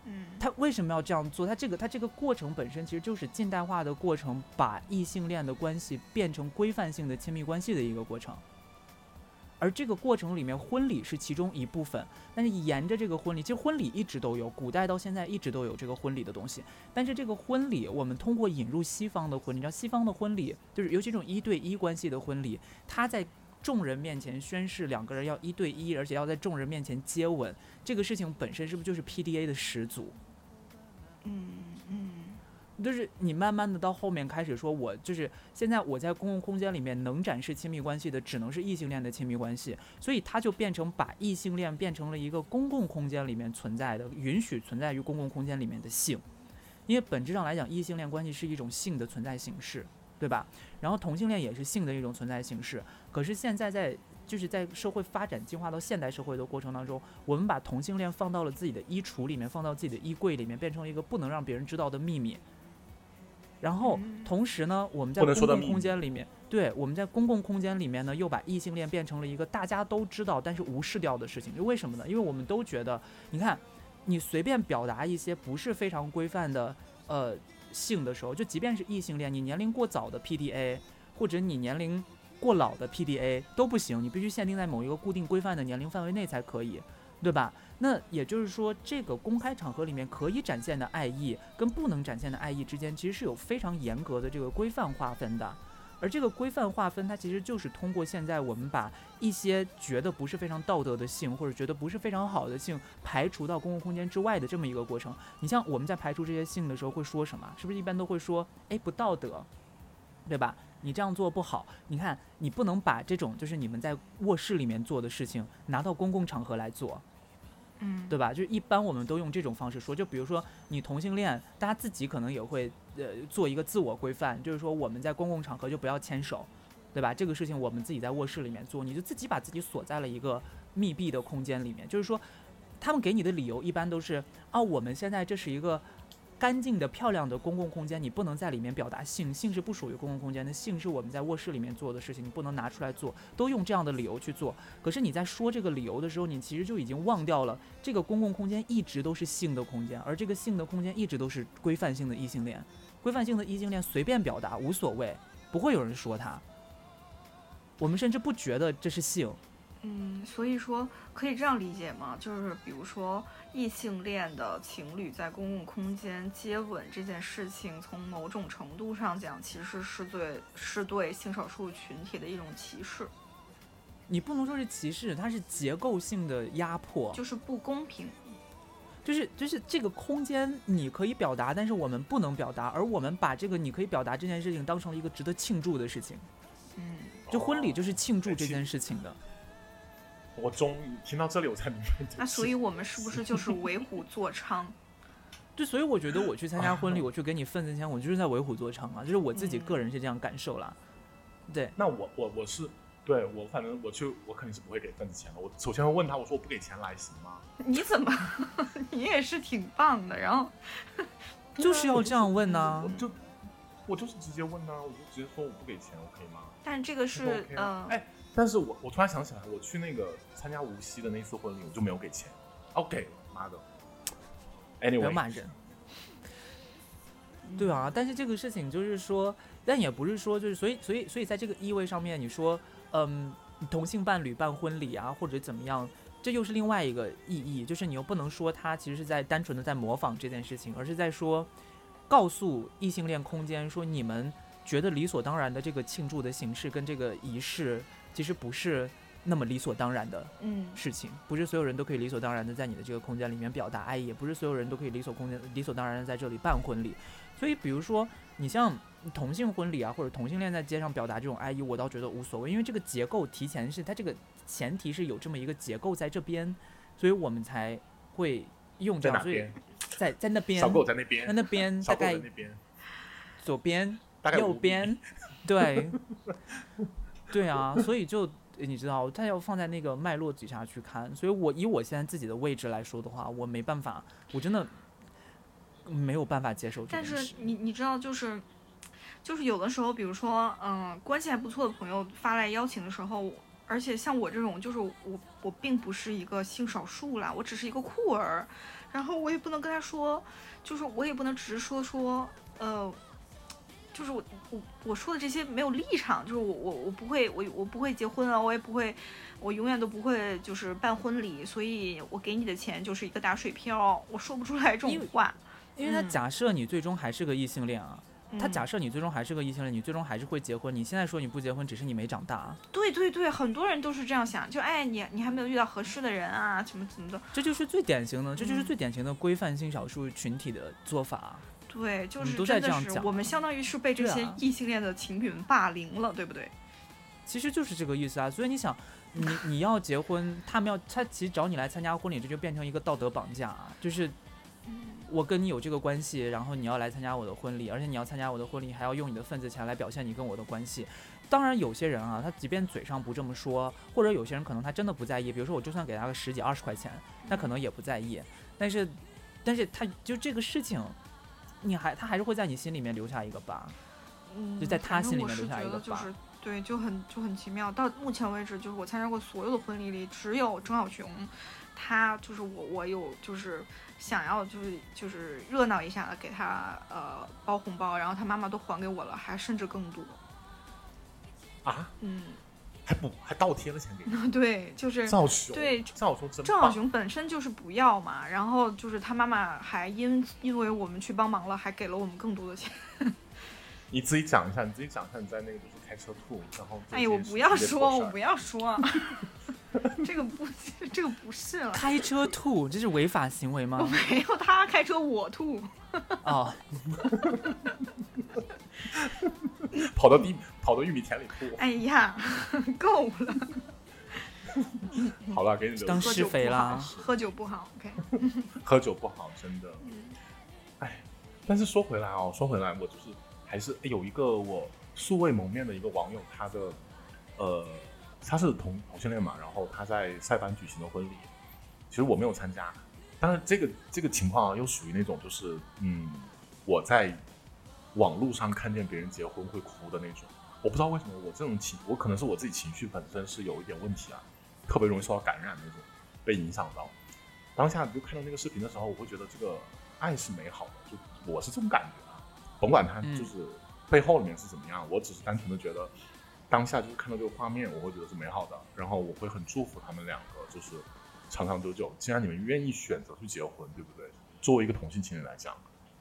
Speaker 3: 嗯，
Speaker 1: 他为什么要这样做？他这个他这个过程本身其实就是近代化的过程，把异性恋的关系变成规范性的亲密关系的一个过程。而这个过程里面，婚礼是其中一部分，但是沿着这个婚礼，其实婚礼一直都有，古代到现在一直都有这个婚礼的东西。但是这个婚礼，我们通过引入西方的婚礼，你知道西方的婚礼就是尤其这种一对一关系的婚礼，他在众人面前宣誓两个人要一对一，而且要在众人面前接吻，这个事情本身是不是就是 PDA 的始祖？
Speaker 3: 嗯嗯
Speaker 1: 就是你慢慢的到后面开始说，我就是现在我在公共空间里面能展示亲密关系的，只能是异性恋的亲密关系，所以它就变成把异性恋变成了一个公共空间里面存在的，允许存在于公共空间里面的性，因为本质上来讲，异性恋关系是一种性的存在形式，对吧？然后同性恋也是性的一种存在形式，可是现在在就是在社会发展进化到现代社会的过程当中，我们把同性恋放到了自己的衣橱里面，放到自己的衣柜里面，变成了一个不能让别人知道的秘密。然后
Speaker 3: 嗯
Speaker 1: 同时呢，我们在
Speaker 2: 不能
Speaker 1: 公
Speaker 2: 说的
Speaker 1: 共
Speaker 2: 秘
Speaker 1: 空
Speaker 2: 密
Speaker 1: 间里面，对，我们在公共空间里面呢，又把异性恋变成了一个大家都知道但是无视掉的事情。就为什么呢？因为我们都觉得，你看，你随便表达一些不是非常规范的呃性的时候，就即便是异性恋，你年龄过早的 PDA，或者你年龄过老的 PDA 都不行，你必须限定在某一个固定规范的年龄范围内才可以，对吧？那也就是说，这个公开场合里面可以展现的爱意跟不能展现的爱意之间，其实是有非常严格的这个规范划分的。而这个规范划分，它其实就是通过现在我们把一些觉得不是非常道德的性，或者觉得不是非常好的性，排除到公共空间之外的这么一个过程。你像我们在排除这些性的时候会说什么？是不是一般都会说，哎，不道德，对吧？你这样做不好。你看，你不能把这种就是你们在卧室里面做的事情拿到公共场合来做，
Speaker 3: 嗯，
Speaker 1: 对吧？就是一般我们都用这种方式说，就比如说你同性恋，大家自己可能也会呃做一个自我规范，就是说我们在公共场合就不要牵手，对吧？这个事情我们自己在卧室里面做，你就自己把自己锁在了一个密闭的空间里面，就是说他们给你的理由一般都是啊，我们现在这是一个。干净的、漂亮的公共空间，你不能在里面表达性，性是不属于公共空间的，性是我们在卧室里面做的事情，你不能拿出来做，都用这样的理由去做。可是你在说这个理由的时候，你其实就已经忘掉了这个公共空间一直都是性的空间，而这个性的空间一直都是规范性的异性恋，规范性的异性恋随便表达无所谓，不会有人说他。我们甚至不觉得这是性，
Speaker 3: 嗯，所以说可以这样理解吗？就是比如说异性恋的情侣在公共空间接吻这件事情，从某种程度上讲，其实是对是对性少数群体的一种歧视，
Speaker 1: 你不能说是歧视，它是结构性的压迫，
Speaker 3: 就是不公平。
Speaker 1: 就是就是这个空间你可以表达，但是我们不能表达，而我们把这个你可以表达这件事情当成了一个值得庆祝的事情，
Speaker 3: 嗯，
Speaker 1: 就婚礼就是庆祝
Speaker 2: 哦
Speaker 1: 这件事情的。
Speaker 2: 我终于听到这里，我才明白。
Speaker 3: 那所以我们是不 是就是为虎作伥？
Speaker 1: 对，所以我觉得我去参加婚礼，我去给你份子钱，我就是在为虎作伥啊，就是我自己
Speaker 3: 嗯
Speaker 1: 个人是这样感受啦。对，啊
Speaker 2: 那我我我是对我反正我去我肯定是不会给份子钱的。我首先会问他，我说我不给钱来行吗？
Speaker 3: 你怎么， 你也是挺棒的。然后，
Speaker 1: 就是要这样问呐、
Speaker 2: 我就我就是直接问呢、我就直接说我不给钱，我可以吗？
Speaker 3: 但是这个
Speaker 2: 我说
Speaker 3: 是
Speaker 2: OK 啊
Speaker 3: 嗯、
Speaker 2: 哎，但是我我突然想起来，我去那个参加无锡的那次婚礼，我就没有给钱，哦给了，妈的。
Speaker 1: 不要
Speaker 2: Anyway，
Speaker 1: 骂人。对啊，但是这个事情就是说，但也不是说就是，所以所以所以在这个意味上面，你说，嗯，同性伴侣办婚礼啊，或者怎么样，这又是另外一个意义，就是你又不能说他其实是在单纯的在模仿这件事情，而是在说，告诉异性恋空间说你们觉得理所当然的这个庆祝的形式跟这个仪式，其实不是那么理所当然的，
Speaker 3: 嗯，
Speaker 1: 事情，不是所有人都可以理所当然的在你的这个空间里面表达爱意，也不是所有人都可以理所空间理所当然的在这里办婚礼。所以，比如说你像同性婚礼啊，或者同性恋在街上表达这种爱意，我倒觉得无所谓，因为这个结构提前是它这个前提是有这么一个结构在这边，所以我们才会用这
Speaker 2: 在
Speaker 1: 样，
Speaker 2: 哪
Speaker 1: 所以
Speaker 2: 边？
Speaker 1: 在在那边
Speaker 2: 小，狗在那
Speaker 1: 那
Speaker 2: 边，
Speaker 1: 那边
Speaker 2: 小
Speaker 1: 大
Speaker 2: 狗在
Speaker 1: 概
Speaker 2: 那边，
Speaker 1: 左边
Speaker 2: 大概
Speaker 1: 右
Speaker 2: 五米
Speaker 1: 边， 对，对啊，所以就你知道，它要放在那个脉络底下去看。所以我以我现在自己的位置来说的话，我没办法，我真的没有办法接受这
Speaker 3: 但
Speaker 1: 件事。
Speaker 3: 是你你知道，就是就是有的时候，比如说，嗯、关系还不错的朋友发来邀请的时候，而且像我这种，就是我我并不是一个性少数啦，我只是一个酷儿，然后我也不能跟他说，就是我也不能只是说说，呃。就是我我我说的这些没有立场，就是我我我不会我我不会结婚啊，我也不会，我永远都不会就是办婚礼，所以我给你的钱就是一个打水漂，我说不出来这种
Speaker 1: 因为
Speaker 3: 话。
Speaker 1: 因为他
Speaker 3: 嗯
Speaker 1: 假设你最终还是个异性恋啊，他
Speaker 3: 嗯
Speaker 1: 假设你最终还是个异性恋，你最终还是会结婚。你现在说你不结婚，只是你没长大啊，
Speaker 3: 对对对，很多人都是这样想，就哎，你你还没有遇到合适的人啊，怎么怎么的。
Speaker 1: 这就是最典型的，这就是
Speaker 3: 嗯
Speaker 1: 最典型的规范性少数群体的做法啊。
Speaker 3: 对，就
Speaker 1: 你
Speaker 3: 是
Speaker 1: 都
Speaker 3: 真
Speaker 1: 在这
Speaker 3: 的
Speaker 1: 样
Speaker 3: 是
Speaker 1: 讲啊
Speaker 3: 我们相当于是被这
Speaker 1: 对
Speaker 3: 些
Speaker 1: 啊
Speaker 3: 异性恋的情侣们霸凌了，对不对？
Speaker 1: 其实就是这个意思啊。所以你想，你你要结婚，他们要他其实找你来参加婚礼，这就变成一个道德绑架啊，就是。我跟你有这个关系，然后你要来参加我的婚礼，而且你要参加我的婚礼，还要用你的份子钱来表现你跟我的关系。当然，有些人啊，他即便嘴上不这么说，或者有些人可能他真的不在意。比如说，我就算给他个十几二十块钱，他可能也不在意。但是，但是他就这个事情，你还他还是会在你心里面留下一个疤。
Speaker 3: 嗯，
Speaker 1: 就在他
Speaker 3: 反正
Speaker 1: 心里
Speaker 3: 我
Speaker 1: 面
Speaker 3: 是
Speaker 1: 留下
Speaker 3: 觉
Speaker 1: 一
Speaker 3: 得
Speaker 1: 个
Speaker 3: 就
Speaker 1: 疤
Speaker 3: 是对，就很就很奇妙。到目前为止，就是我参加过所有的婚礼里，只有郑晓雄，他就是我，我有就是想要就是就是热闹一下的给他呃包红包，然后他妈妈都还给我了，还甚至更多。
Speaker 2: 啊，
Speaker 3: 嗯，
Speaker 2: 还补还倒贴了钱给你，
Speaker 3: 对，就是
Speaker 2: 赵雄，
Speaker 3: 对
Speaker 2: 赵雄真
Speaker 3: 郑晓
Speaker 2: 棒，
Speaker 3: 雄本身就是不要嘛，然后就是他妈妈还因因为我们去帮忙了，还给了我们更多的钱。
Speaker 2: 你自己讲一下，你自己讲一下你在那个就是开车吐，然后
Speaker 3: 哎呀，我不要说，我不
Speaker 2: 要。
Speaker 3: 要说，啊 这个不，这个不是了，
Speaker 1: 开车吐，这是违法行为
Speaker 3: 我
Speaker 1: 吗？
Speaker 3: 没有他开车我吐，
Speaker 1: 哦，
Speaker 2: 跑到地跑到玉米田里吐。
Speaker 3: 哎呀， 够了，
Speaker 2: 好了，给你留
Speaker 1: 当
Speaker 2: 着
Speaker 1: 时施
Speaker 3: 喝酒
Speaker 1: 肥
Speaker 3: 不好，
Speaker 1: 啦
Speaker 3: 喝酒不好，OK，
Speaker 2: 喝酒不好，真的。哎，但是说回来哦，说回来，我就是还是哎有一个我素未谋面的一个网友，他的呃，他是同同性恋嘛，然后他在塞班举行的婚礼，其实我没有参加，但是这个这个情况啊，又属于那种就是嗯，我在网络上看见别人结婚会哭的那种，我不知道为什么我这种情，我可能是我自己情绪本身是有一点问题啊，特别容易受到感染那种，被影响到。当下就看到那个视频的时候，我会觉得这个爱是美好的，就我是这种感觉啊。甭管它
Speaker 1: 嗯
Speaker 2: 就是背后里面是怎么样，我只是单纯的觉得，当下就是看到这个画面，我会觉得是美好的，然后我会很祝福他们两个，就是长长久久。既然你们愿意选择去结婚，对不对？作为一个同性情侣来讲，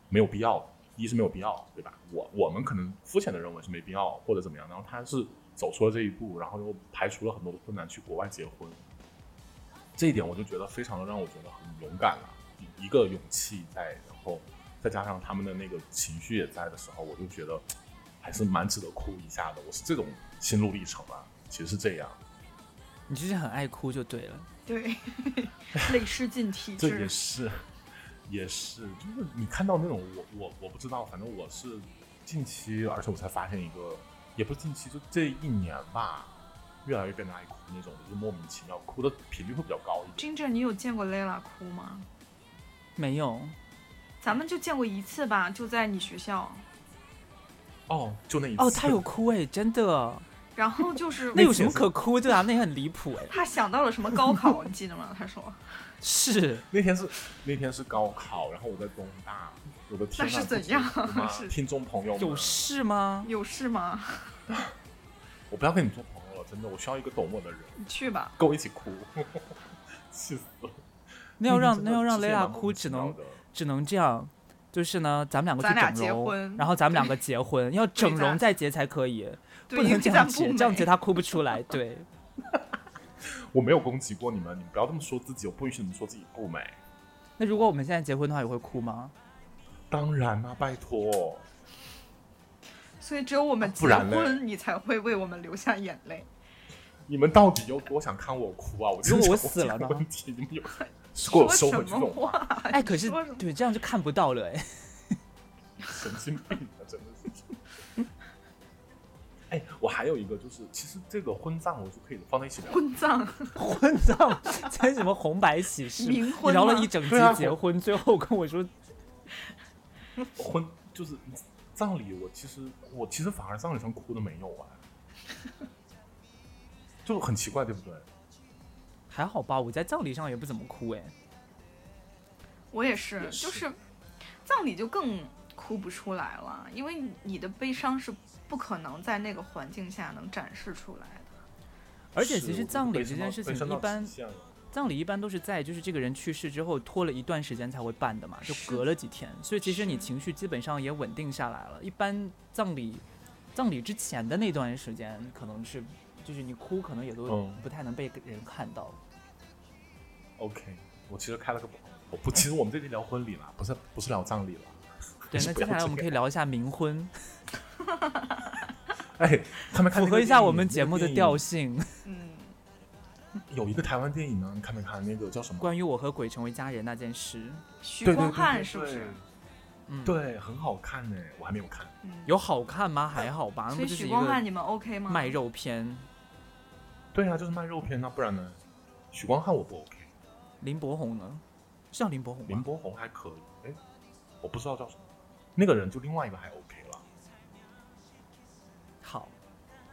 Speaker 2: 没有必要，一是没有必要，对吧？我我们可能肤浅的认为是没必要或者怎么样，然后他是走出了这一步，然后又排除了很多的困难去国外结婚，这一点我就觉得非常的让我觉得很勇敢了，一个勇气在，然后再加上他们的那个情绪也在的时候，我就觉得还是蛮值得哭一下的。我是这种心路历程啊，其实是这样，
Speaker 1: 你就是很爱哭就对了。
Speaker 3: 对，泪失禁体
Speaker 2: 这也
Speaker 3: 质，
Speaker 2: 是也是，就是你看到那种我我我不知道，反正我是近期，而且我才发现一个，也不是近期，就这一年吧，越来越变得爱哭那种，就是莫名其妙哭的频率会比较高一点。
Speaker 3: 金正，你有见过 Layla 哭吗？
Speaker 1: 没有，
Speaker 3: 咱们就见过一次吧，就在你学校，
Speaker 2: 哦，就那一次
Speaker 1: 哦，他有哭哎，真的，
Speaker 3: 然后就是
Speaker 1: 那有什么可哭的啊？那也很离谱哎。
Speaker 3: 他想到了什么高考，你记得吗？他说
Speaker 1: 是，
Speaker 2: 那天是那天是高考，然后我在东大，我的天
Speaker 3: 那
Speaker 2: 呐，
Speaker 3: 是怎样
Speaker 2: 这是什么
Speaker 3: 是
Speaker 2: 听众朋友
Speaker 1: 有
Speaker 2: 们，
Speaker 1: 事吗？
Speaker 3: 有事吗？
Speaker 2: 我不要跟你做朋友了，真的，我需要一个懂我的人，
Speaker 3: 你去吧，
Speaker 2: 跟我一起哭， 气死了。
Speaker 1: 那要让
Speaker 2: 天
Speaker 1: 那
Speaker 2: 真的
Speaker 1: 要让
Speaker 2: 之
Speaker 1: 雷
Speaker 2: 前
Speaker 1: 亚
Speaker 2: 蛮莫
Speaker 1: 哭，
Speaker 2: 名
Speaker 1: 只
Speaker 2: 其妙
Speaker 1: 能
Speaker 2: 的
Speaker 1: 只能这样，就是呢，咱们两个
Speaker 3: 咱俩
Speaker 1: 去整
Speaker 3: 结
Speaker 1: 容，
Speaker 3: 婚
Speaker 1: 然后咱们两个结婚，要整容
Speaker 3: 咱
Speaker 1: 再结才可以，
Speaker 3: 对
Speaker 1: 不能这样结，
Speaker 3: 因为咱不美
Speaker 1: 这样结他哭不出来。对，
Speaker 2: 我没有攻击过你们，你们不要这么说自己，我不允许你们说自己不美。
Speaker 1: 那如果我们现在结婚的话，也会哭吗？
Speaker 2: 当然啦、拜托，
Speaker 3: 所以只有我们结
Speaker 2: 啊不然嘞
Speaker 3: 婚，你才会为我们流下眼泪。
Speaker 2: 你们到底有多想看我哭啊？我真
Speaker 1: 如
Speaker 2: 的
Speaker 1: 果我
Speaker 2: 想
Speaker 1: 死
Speaker 2: 这
Speaker 1: 了
Speaker 2: 个
Speaker 1: 呢
Speaker 2: 问题，你们有 给我收
Speaker 3: 说
Speaker 2: 回
Speaker 3: 什
Speaker 2: 去这
Speaker 3: 么
Speaker 2: 种话
Speaker 3: 话？
Speaker 1: 哎，可是
Speaker 3: 啊说什么
Speaker 1: 对，这样就看不到了哎。
Speaker 2: 神经病啊，真的是。哎，我还有一个就是，其实这个婚葬我就可以放在一起聊。
Speaker 3: 婚 葬，
Speaker 1: 婚葬参什么红白喜事？
Speaker 3: 冥
Speaker 1: 你
Speaker 3: 婚
Speaker 1: 聊了
Speaker 3: 吗
Speaker 1: 一整集
Speaker 2: 对啊
Speaker 1: 结
Speaker 2: 我
Speaker 1: 婚，最后跟我说
Speaker 2: 婚就是葬礼，我其实我其实反而葬礼上哭的没有啊，就很奇怪，对不对？
Speaker 1: 还好吧，我在葬礼上也不怎么哭哎。
Speaker 3: 我也是，
Speaker 2: 也是
Speaker 3: 就是葬礼就更哭不出来了，因为你的悲伤是不可能在那个环境下能展示出来的。
Speaker 1: 而且
Speaker 2: 是
Speaker 1: 其
Speaker 2: 我
Speaker 1: 实
Speaker 2: 就
Speaker 1: 葬礼
Speaker 2: 悲
Speaker 1: 这
Speaker 2: 伤
Speaker 1: 件
Speaker 2: 到
Speaker 1: 事
Speaker 2: 悲
Speaker 1: 情
Speaker 2: 伤
Speaker 1: 一
Speaker 2: 到
Speaker 1: 般
Speaker 2: 极限了
Speaker 1: 葬礼一般都是在就是这个人去世之后拖了一段时间才会办的嘛，就是隔了几天，所以其实你
Speaker 3: 是
Speaker 1: 情绪基本上也稳定下来了。一般葬礼葬礼之前的那段时间，可能是就是你哭可能也都
Speaker 2: 嗯
Speaker 1: 不太能被人看 到。
Speaker 2: OK，我其实开了个我不，其实我们这期聊婚礼啦，不是不是聊葬礼了。
Speaker 1: 对，那
Speaker 2: 不
Speaker 1: 接
Speaker 2: 要
Speaker 1: 下来
Speaker 2: 这
Speaker 1: 我们可以聊一下冥婚，
Speaker 2: 哎，他们
Speaker 1: 符
Speaker 2: 看那个
Speaker 1: 合一下
Speaker 2: 电
Speaker 1: 我
Speaker 2: 影
Speaker 1: 们
Speaker 2: 那
Speaker 1: 节
Speaker 2: 个
Speaker 1: 目的
Speaker 2: 电影
Speaker 1: 调性。
Speaker 3: 嗯，
Speaker 2: 有一个台湾电影呢，你看没看？那个叫什么？
Speaker 1: 关于我和鬼成为家人那件事，
Speaker 3: 徐
Speaker 2: 对对
Speaker 3: 光
Speaker 2: 对
Speaker 3: 汉
Speaker 2: 对
Speaker 3: 是不是
Speaker 2: 对？
Speaker 1: 嗯，，
Speaker 2: 对，很好看呢、我还没有看。
Speaker 3: 嗯，
Speaker 1: 有好看吗？还好吧，那
Speaker 3: 所
Speaker 1: 不
Speaker 3: 以
Speaker 1: 就是
Speaker 3: 许
Speaker 1: 一
Speaker 3: 光汉
Speaker 1: 个
Speaker 3: 你们 OK 吗？
Speaker 1: 卖肉片。
Speaker 2: 对啊，就是卖肉片，那不然呢？许光汉我不 OK，
Speaker 1: 林柏宏呢？是叫林柏宏
Speaker 2: 林
Speaker 1: 吗？
Speaker 2: 柏宏还可以。哎，我不知道叫什么，那个人就另外一个还 OK 了。
Speaker 1: 好，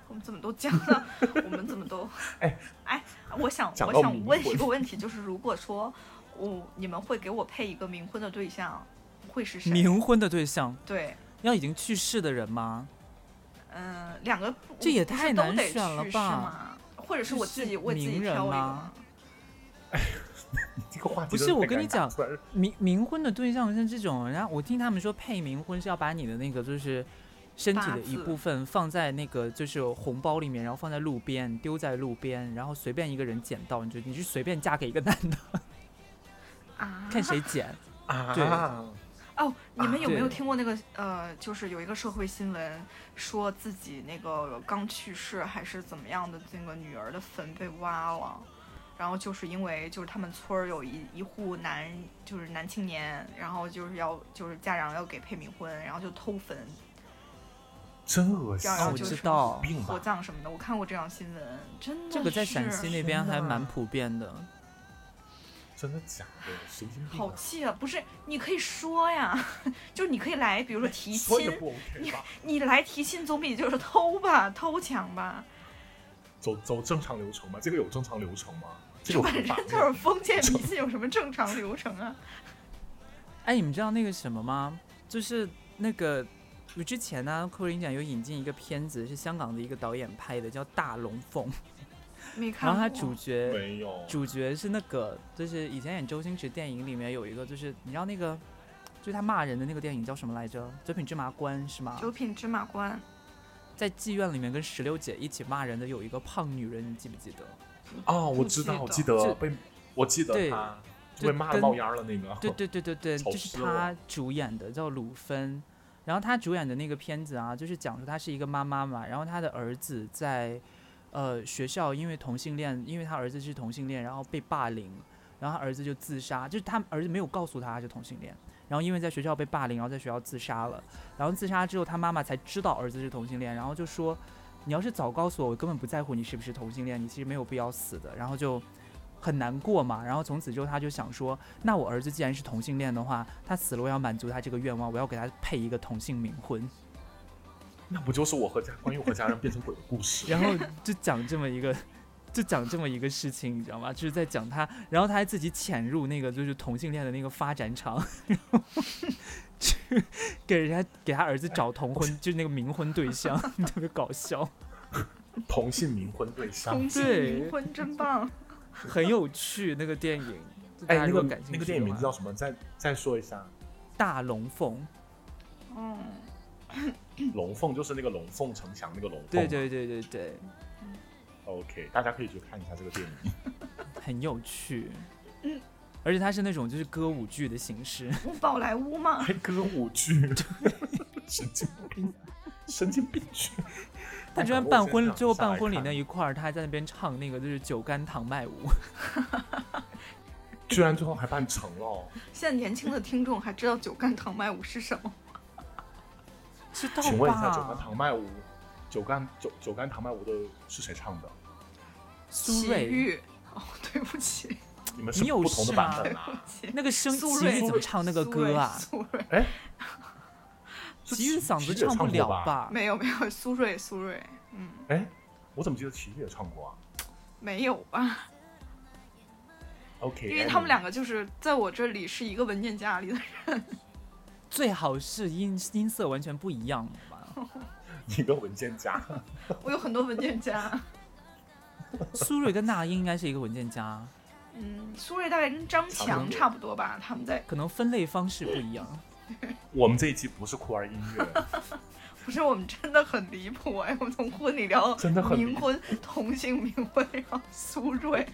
Speaker 3: 我们怎么都讲了，我们怎么都
Speaker 2: 哎
Speaker 3: 哎，我想
Speaker 2: 讲
Speaker 3: 我
Speaker 2: 到
Speaker 3: 想
Speaker 2: 冥
Speaker 3: 问
Speaker 2: 婚
Speaker 3: 一个问题，就是如果说我你们会给我配一个冥婚的对象，会是谁？
Speaker 1: 冥婚的对象
Speaker 3: 对，
Speaker 1: 要已经去世的人吗？
Speaker 3: 嗯、两个不
Speaker 1: 这也
Speaker 3: 不是
Speaker 1: 太
Speaker 3: 都
Speaker 1: 难
Speaker 3: 得
Speaker 1: 选了
Speaker 3: 去世
Speaker 1: 吧
Speaker 3: 吗？或者是
Speaker 1: 就
Speaker 3: 我
Speaker 1: 是
Speaker 3: 自己我自己
Speaker 1: 名人
Speaker 3: 挑一个
Speaker 1: 吗
Speaker 3: 吗？
Speaker 2: 这个话题
Speaker 1: 不是
Speaker 2: 真
Speaker 1: 我
Speaker 2: 太
Speaker 1: 跟
Speaker 2: 尴
Speaker 1: 你
Speaker 2: 尬
Speaker 1: 讲
Speaker 2: 突然
Speaker 1: 冥冥婚的对象像这种，人家我听他们说配冥婚是要把你的那个就是身体
Speaker 3: 八
Speaker 1: 的一
Speaker 3: 字
Speaker 1: 部分放在那个就是红包里面，然后放在路边，丢在路边，然后随便一个人捡到，你就你就随便嫁给一个男的，
Speaker 3: 啊，
Speaker 1: 看谁捡。
Speaker 2: 啊，
Speaker 3: 哦，你们有没有
Speaker 1: 啊对
Speaker 3: 听过那个呃，就是有一个社会新闻说自己那个刚去世还是怎么样的那个女儿的坟被挖了，然后就是因为就是他们村儿有一一户男就是男青年，然后就是要就是家长要给配冥婚，然后就偷坟
Speaker 2: 真恶心
Speaker 3: 这！
Speaker 1: 啊，
Speaker 3: 样
Speaker 1: 我
Speaker 3: 就
Speaker 1: 知
Speaker 3: 是
Speaker 1: 道，
Speaker 2: 病
Speaker 3: 火
Speaker 2: 吧？
Speaker 3: 葬什么的，我看过这样新闻，真的
Speaker 1: 这个在陕
Speaker 3: 是
Speaker 1: 西那边还
Speaker 2: 天哪
Speaker 1: 蛮普遍的。
Speaker 2: 真的假的？神经病、
Speaker 3: 好
Speaker 2: 啊！
Speaker 3: 气啊！不是，你可以说呀， 就是你可以来，比如说提
Speaker 2: 说也
Speaker 3: 亲，
Speaker 2: 不 OK 吧？
Speaker 3: 你来提亲总比就是偷吧、偷抢吧，
Speaker 2: 走走正常流程吗？这个有正常流程吗？这个
Speaker 3: 本
Speaker 2: 有
Speaker 3: 身
Speaker 2: 法律
Speaker 3: 就
Speaker 2: 吗
Speaker 3: 是封建 迷信，有什么正常流程啊？
Speaker 1: 哎，你们知道那个什么吗？就是那个，我之前呢、扣林奖有引进一个片子，是香港的一个导演拍的，叫《大龙凤》，
Speaker 3: 没看
Speaker 1: 然
Speaker 3: 过。
Speaker 1: 后它主角
Speaker 2: 没有
Speaker 1: 主角是那个，就是以前演周星驰电影里面有一个，就是你知道那个，就是他骂人的那个电影叫什么来着？《九品芝麻官》是吗？
Speaker 3: 九品芝麻官
Speaker 2: 啊
Speaker 1: 在妓院里面跟石榴姐一起骂人的有一个胖女人，你记不记得？
Speaker 2: 哦，我
Speaker 3: 不
Speaker 2: 知
Speaker 3: 记
Speaker 2: 道，我
Speaker 3: 得
Speaker 2: 记得
Speaker 1: 就
Speaker 2: 被我记得
Speaker 1: 对
Speaker 2: 他
Speaker 1: 就
Speaker 2: 被骂
Speaker 1: 跟
Speaker 2: 冒烟儿了那个。
Speaker 1: 对对对对对，
Speaker 2: 好
Speaker 1: 就是
Speaker 2: 失望
Speaker 1: 他主演的叫鲁芬，然后他主演的那个片子啊，就是讲述她是一个妈妈嘛，然后她的儿子在呃学校因为同性恋，因为他儿子是同性恋，然后被霸凌，然后他儿子就自杀，就是他儿子没有告诉他他是同性恋，然后因为在学校被霸凌，然后在学校自杀了，然后自杀之后他妈妈才知道儿子是同性恋，然后就说你要是早告诉我，我根本不在乎你是不是同性恋，你其实没有必要死的，然后就。很难过嘛，然后从此之后他就想说，那我儿子既然是同性恋的话，他死了我要满足他这个愿望，我要给他配一个同性冥 婚，
Speaker 2: 那不就是我和家关于我和家人变成鬼的故事？
Speaker 1: 然后就讲这么一个， 就讲这么一个事情，你知道吗？就是在讲他，然后他还自己潜入那个就是同性恋的那个发展场， 然后去给人家给他儿子找同婚，就是那个冥婚对象， 特别搞笑，
Speaker 2: 同性冥婚对
Speaker 1: 嗯
Speaker 2: 象，
Speaker 3: 同性
Speaker 1: 对
Speaker 3: 冥婚真棒，
Speaker 1: 很有趣那个电影。就大
Speaker 2: 哎，
Speaker 1: 家
Speaker 2: 那
Speaker 1: 如果
Speaker 2: 个
Speaker 1: 感兴趣
Speaker 2: 那
Speaker 1: 的话
Speaker 2: 个电影名字叫什么？再再说一下，
Speaker 1: 大龙凤，
Speaker 3: 嗯，
Speaker 2: 龙凤就是那个龙凤呈祥那个龙凤嘛。
Speaker 1: 对对对对对，
Speaker 2: OK，大家可以去看一下这个电影。
Speaker 1: 很有趣。而且它是那种就是歌舞剧的形式，
Speaker 3: 不宝莱坞吗？
Speaker 2: 还歌舞剧，神经病，神经病剧。
Speaker 1: 他居然办婚，
Speaker 2: 搞得我真的想
Speaker 1: 最后办婚礼
Speaker 2: 下来
Speaker 1: 那
Speaker 2: 看
Speaker 1: 一块儿，他还在那边唱那个就是酒干倘卖无，
Speaker 2: 居然最后还办成了，哦
Speaker 3: 现在年轻的听众还知道酒干倘卖无是什么？
Speaker 1: 知道
Speaker 2: 请问一下，酒干
Speaker 1: 吧？
Speaker 2: 倘卖无，酒干酒酒干倘卖无的是谁唱的？
Speaker 1: 苏
Speaker 3: 奇
Speaker 1: 芮
Speaker 3: 遇。哦，对不起，
Speaker 2: 你们是
Speaker 1: 你有
Speaker 2: 不同的
Speaker 1: 事
Speaker 2: 版
Speaker 1: 吗
Speaker 2: 本
Speaker 3: 对
Speaker 2: 啊
Speaker 3: 不？起。
Speaker 1: 那个声，
Speaker 3: 苏
Speaker 1: 齐
Speaker 3: 芮
Speaker 1: 豫怎么唱那个
Speaker 3: 苏
Speaker 1: 歌
Speaker 3: 芮
Speaker 1: 啊？
Speaker 3: 苏芮
Speaker 2: 是
Speaker 1: 齐豫
Speaker 2: 齐
Speaker 1: 嗓
Speaker 2: 齐
Speaker 1: 子
Speaker 2: 豫也
Speaker 1: 唱不
Speaker 2: 过
Speaker 1: 了
Speaker 2: 吧？
Speaker 1: 吧？
Speaker 3: 没有没有，苏芮苏芮，嗯，
Speaker 2: 哎，我怎么记得齐豫也唱过啊
Speaker 3: 没有吧？
Speaker 2: ？OK，
Speaker 3: 因为他们两个就是在我这里是一个文件夹里的人。
Speaker 1: 最好是音音色完全不一样嘛。
Speaker 2: 一个文件夹，
Speaker 3: 我有很多文件夹。
Speaker 1: 苏芮跟那英应该是一个文件夹，
Speaker 3: 嗯，苏芮大概跟张
Speaker 2: 差不
Speaker 3: 强
Speaker 2: 多
Speaker 3: 差不多吧，他们在
Speaker 1: 可能分类方式不一 样。
Speaker 2: 我们这一期不是酷儿音乐，
Speaker 3: 不是我们真的很离谱哎，我们从婚礼聊到
Speaker 2: 真的很离
Speaker 3: 冥婚、同性冥婚，然后苏芮，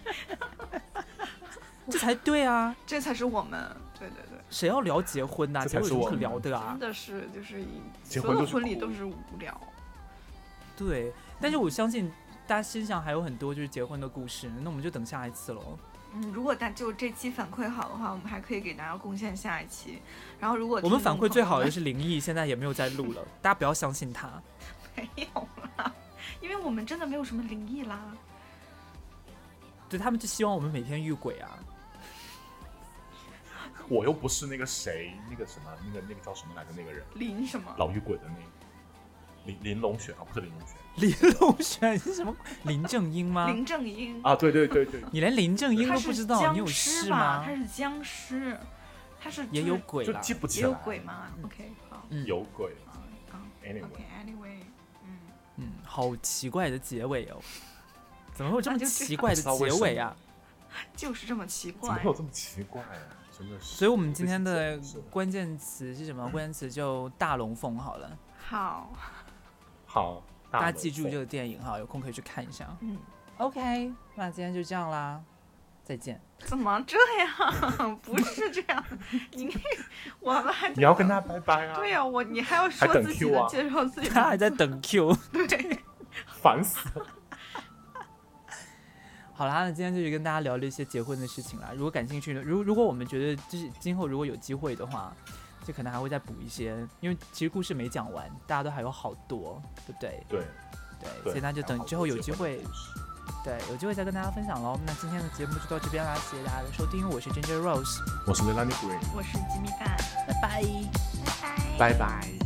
Speaker 1: 这才对啊！
Speaker 3: 这才是我们，对对对，
Speaker 1: 谁要聊结婚呐、
Speaker 2: 这
Speaker 1: 结
Speaker 2: 才
Speaker 1: 婚
Speaker 2: 是
Speaker 1: 有什么
Speaker 2: 我
Speaker 1: 可
Speaker 2: 们
Speaker 1: 聊的啊
Speaker 3: 真？的是就是一
Speaker 2: 结
Speaker 3: 所
Speaker 2: 婚
Speaker 3: 有
Speaker 2: 就是
Speaker 3: 婚礼
Speaker 2: 哭
Speaker 3: 都是无聊，
Speaker 1: 对，但是我相信大家身上还有很多就是结婚的故事，那我们就等下一次喽。
Speaker 3: 嗯，如果大就这期反馈好的话，我们还可以给大家贡献下一期。然后如果
Speaker 1: 我们
Speaker 3: 听众
Speaker 1: 反馈最
Speaker 3: 朋友
Speaker 1: 好的
Speaker 3: 们
Speaker 1: 是林毅，现在也没有在录了，大家不要相信他。
Speaker 3: 没有啦，因为我们真的没有什么灵异啦。
Speaker 1: 对他们就希望我们每天遇鬼啊，
Speaker 2: 我又不是那个谁，那个什么，那个那个叫什么来着那个人，
Speaker 3: 灵什么？
Speaker 2: 老遇鬼的那个林林龙雪啊，不是林龙雪
Speaker 1: 林龙轩是什么？林正英吗？
Speaker 3: 林正英，
Speaker 2: 啊，对对对对，
Speaker 1: 你连林正英
Speaker 3: 他
Speaker 1: 都
Speaker 3: 是
Speaker 1: 不知道，你有
Speaker 3: 僵
Speaker 1: 事
Speaker 3: 尸吧？
Speaker 1: 吗
Speaker 3: 他？是僵尸，他是
Speaker 1: 也
Speaker 3: 就
Speaker 1: 有
Speaker 3: 是
Speaker 1: 鬼
Speaker 2: 就
Speaker 1: 啦。
Speaker 2: 记不
Speaker 3: 也
Speaker 2: 起来，
Speaker 3: 有鬼？吗？OK，好，
Speaker 1: 嗯，
Speaker 2: 有鬼嘛
Speaker 3: 好好
Speaker 2: ，anyway，
Speaker 3: ，OK，Anyway，嗯，
Speaker 1: 嗯，好奇怪的结尾哦，怎么会有这么
Speaker 3: 那就这样
Speaker 1: 奇怪的结尾啊？
Speaker 3: 就是这么奇
Speaker 2: 怎么
Speaker 3: 怪
Speaker 2: 会。有这么奇怪啊？真的是，
Speaker 1: 所以我们今天的
Speaker 2: 这期节目是
Speaker 1: 关键词是什么？关键词就大龙凤好了。
Speaker 3: 好，
Speaker 2: 好，
Speaker 1: 大家记住这
Speaker 2: 个。
Speaker 1: 个电影哈，有空可以去看一下。
Speaker 3: 嗯，
Speaker 1: OK，那今天就这样啦，再见。
Speaker 3: 怎么这样？ 不是这样，你那我们还
Speaker 2: 你要跟他拜拜啊！
Speaker 3: 对呀、我你还要说
Speaker 2: 还等
Speaker 3: 自己
Speaker 2: Q
Speaker 3: 的，
Speaker 2: 啊
Speaker 3: 介绍自己
Speaker 1: 他还
Speaker 3: 的，
Speaker 1: 在等 Q。
Speaker 3: 对，
Speaker 2: 烦死了。
Speaker 1: 好啦，那今天就是跟大家聊了一些结婚的事情啦。如果感兴趣的，如如果我们觉得就是今后如果有机会的话，就可能还会再补一些，因为其实故事没讲完，大家都还有好多，对不对？
Speaker 2: 对，
Speaker 1: 对，
Speaker 2: 对
Speaker 1: 所以那就等之后有机会
Speaker 2: 然，后结婚的故事
Speaker 1: 对，有机会再跟大家分享喽。那今天的节目就到这边啦，谢谢大家的收听，我是 Ginger Rose，
Speaker 2: 我是 Melanie Green，
Speaker 3: 我是吉米蛋，
Speaker 1: 拜拜。
Speaker 3: 拜拜。
Speaker 2: 拜拜。